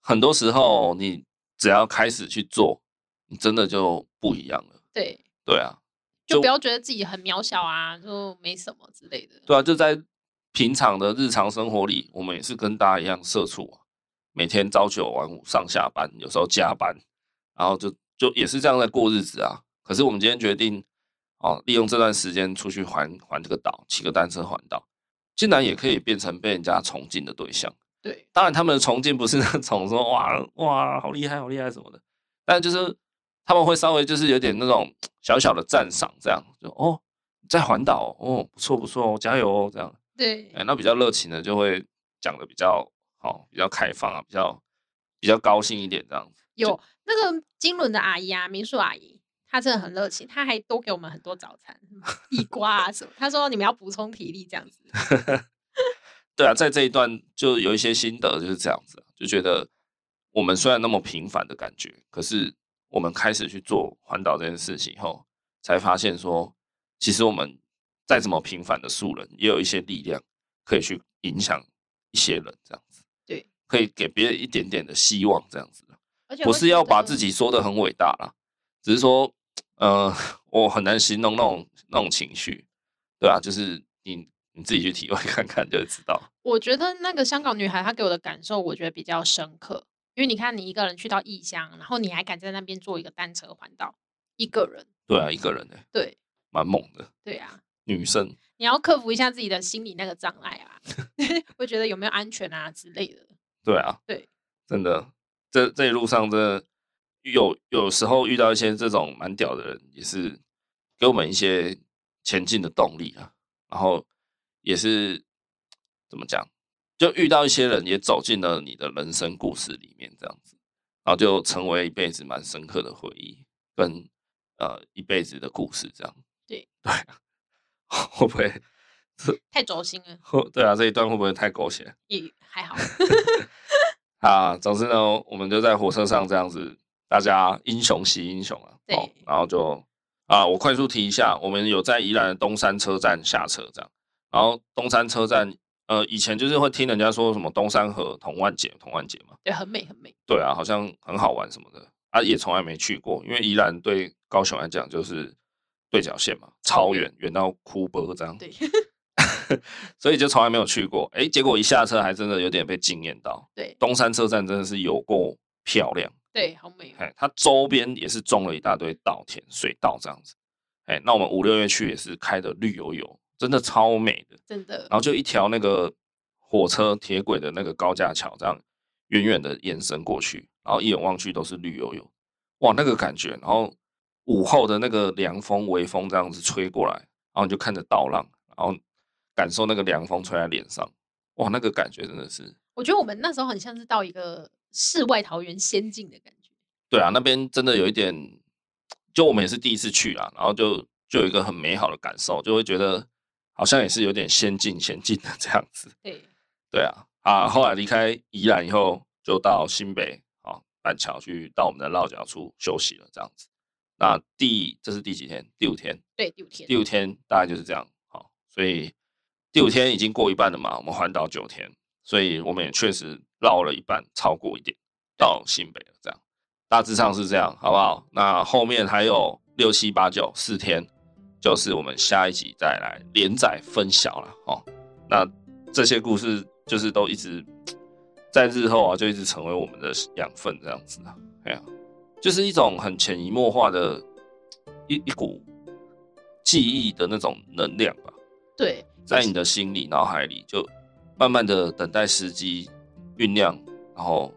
Speaker 1: 很多时候你只要开始去做，你真的就不一样了。
Speaker 2: 对，
Speaker 1: 对啊，
Speaker 2: 就
Speaker 1: 就
Speaker 2: 不要觉得自己很渺小啊，就没什么之类的。
Speaker 1: 对啊，就在平常的日常生活里，我们也是跟大家一样社畜啊，每天朝九晚五，上下班，有时候加班，然后就就也是这样在过日子啊。可是我们今天决定哦，利用这段时间出去环环这个岛，骑个单车环岛。竟然也可以变成被人家崇敬的对象。
Speaker 2: 对，
Speaker 1: 当然，他们的崇敬不是那种说哇哇好厉害好厉害什么的，但就是他们会稍微就是有点那种小小的赞赏，这样就哦在环岛哦不错不错哦加油哦这样。
Speaker 2: 对
Speaker 1: 哎、，那比较热情的就会讲的比较好、比较开放啊，比较比较高兴一点这样子。
Speaker 2: 有那个金轮的阿姨啊，民宿阿姨，她真的很热情，她还多给我们很多早餐，
Speaker 1: *laughs*
Speaker 2: 地瓜啊什么。她说你们要补充体力这样子。
Speaker 1: 对啊，在这一段就有一些心得就是这样子，啊就觉得我们虽然那么平凡的感觉，可是我们开始去做环岛这件事情以后，才发现说，其实我们再怎么平凡的素人，也有一些力量可以去影响一些人这样子。
Speaker 2: 对，
Speaker 1: 可以给别人一点点的希望这样子。
Speaker 2: 而且
Speaker 1: 不
Speaker 2: 我
Speaker 1: 是
Speaker 2: 觉
Speaker 1: 要把
Speaker 2: 得
Speaker 1: 自己说的很伟大啦，只是说，呃，我很难形容那种那种情绪，对啊，就是你你自己去体会看看就会知道。
Speaker 2: 我觉得那个香港女孩她给我的感受，我觉得比较深刻，因为你看你一个人去到异乡，然后你还敢在那边做一个单车环岛，一个人，
Speaker 1: 对啊，一个人呢、
Speaker 2: 对
Speaker 1: 蛮猛的，
Speaker 2: 对啊，
Speaker 1: 女生
Speaker 2: 你要克服一下自己的心理那个障碍
Speaker 1: *laughs*
Speaker 2: 啊， *laughs* 会觉得有没有安全啊之类的，
Speaker 1: 对啊，
Speaker 2: 对，
Speaker 1: 真的，这这一路上真的有有时候遇到一些这种蛮屌的人，也是给我们一些前进的动力啊。然后也是怎么讲，就遇到一些人也走进了你的人生故事里面，这样子，然后就成为一辈子蛮深刻的回忆，跟呃一辈子的故事这样。
Speaker 2: 对
Speaker 1: 对啊， *laughs* 会不会？
Speaker 2: 太轴心了，
Speaker 1: 会对啊，这一段会不会太狗血？
Speaker 2: 也还好，
Speaker 1: 啊，总之呢，我们就在火车上这样子，大家英雄惜英雄啊。哦
Speaker 2: 对，
Speaker 1: 然后就啊，我快速提一下，我们有在宜兰的东山车站下车这样，然后东山车站，呃，以前就是会听人家说什么东山河同万节，同万节嘛，
Speaker 2: 对，很美很美，
Speaker 1: 对啊，好像很好玩什么的啊，也从来没去过，因为宜兰对高雄来讲就是对角线嘛，超
Speaker 2: 超远
Speaker 1: 远，远到哭波这样。
Speaker 2: *laughs* 对
Speaker 1: 所以就从来没有去过。哎，结果一下车还真的有点被惊艳到。
Speaker 2: 对
Speaker 1: 东山车站真的是有够漂亮，
Speaker 2: 对，好美哦，
Speaker 1: 哎，它周边也是种了一大堆稻田、水稻这样子。哎，那我们五六月去也是开的绿油油，真的超美的。
Speaker 2: 真的
Speaker 1: 然，后就一条那个火车铁轨的那个高架桥，这样远远的延伸过去，然后一眼望去都是绿油油，哇，那个感觉。然后午后的那个凉风、微风这样子吹过来，然后你就看着稻浪，然后感受那个凉风吹在脸上，哇，那个感觉真的是，
Speaker 2: 我觉得我们那时候很像是到一个世外桃源仙境的感觉，
Speaker 1: 对啊，那边真的有一点，就我们也是第一次去啊，然后就就有一个很美好的感受，就会觉得好像也是有点先进先进的这样子。
Speaker 2: 对，
Speaker 1: 对啊，啊，后来离开宜兰以后，就到新北啊板桥去到我们的落脚处休息了，这样子。那第这是第几天？第五天，
Speaker 2: 对，六天
Speaker 1: 第，五天大概就是这样。好，所以第五天已经过一半了嘛，我们环岛九天，所以我们也确实绕了一半，超过一点到新北了，这样大致上是这样，好不好？那后面还有六七八九四天，就是我们下一集再来连载分晓了哦。那这些故事就是都一直在日后啊，就一直成为我们的养分，这样子啊，哎呀、就是一种很潜移默化的一一股记忆的那种能量吧，
Speaker 2: 对，
Speaker 1: 在你的心里、脑海里，就慢慢的等待时机酝酿，然后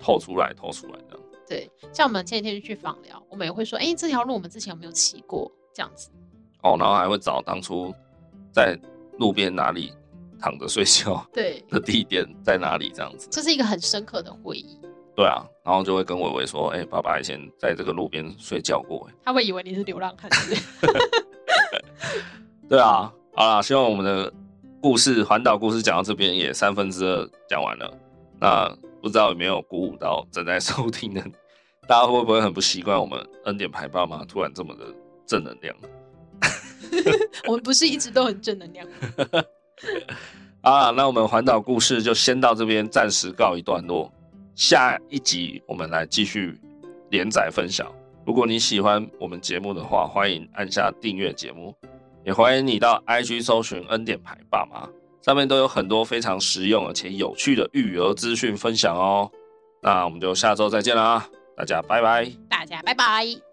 Speaker 1: 透出来、透出来这样。
Speaker 2: 对，像我们前几天去访疗，我们也会说，哎，这条路我们之前有没有骑过？这样子，
Speaker 1: 哦，然后还会找当初在路边哪里躺着睡觉 *laughs*
Speaker 2: 对，
Speaker 1: 的地点在哪里这样子。
Speaker 2: 这是一个很深刻的回忆。
Speaker 1: 对啊，然后就会跟伟伟说：“哎、爸爸以前在这个路边睡觉过。”哎
Speaker 2: 他会以为你是流浪汉，对不对 *laughs*
Speaker 1: 对啊，好啦，希望我们的故事环岛故事讲到这边也三分之二讲完了。那不知道有没有鼓舞到正在收听的你，大家会不会很不习惯我们恩典牌爸妈突然这么的正能量？
Speaker 2: 我们不是一直都很正能量吗。
Speaker 1: 啊，那我们环岛故事就先到这边，暂时告一段落。下一集我们来继续连载分享。如果你喜欢我们节目的话，欢迎按下订阅节目，也欢迎你到 IG 搜寻“恩典牌爸妈”，上面都有很多非常实用而且有趣的育儿资讯分享哦。那我们就下周再见啦，大家拜拜。
Speaker 2: 大家拜拜。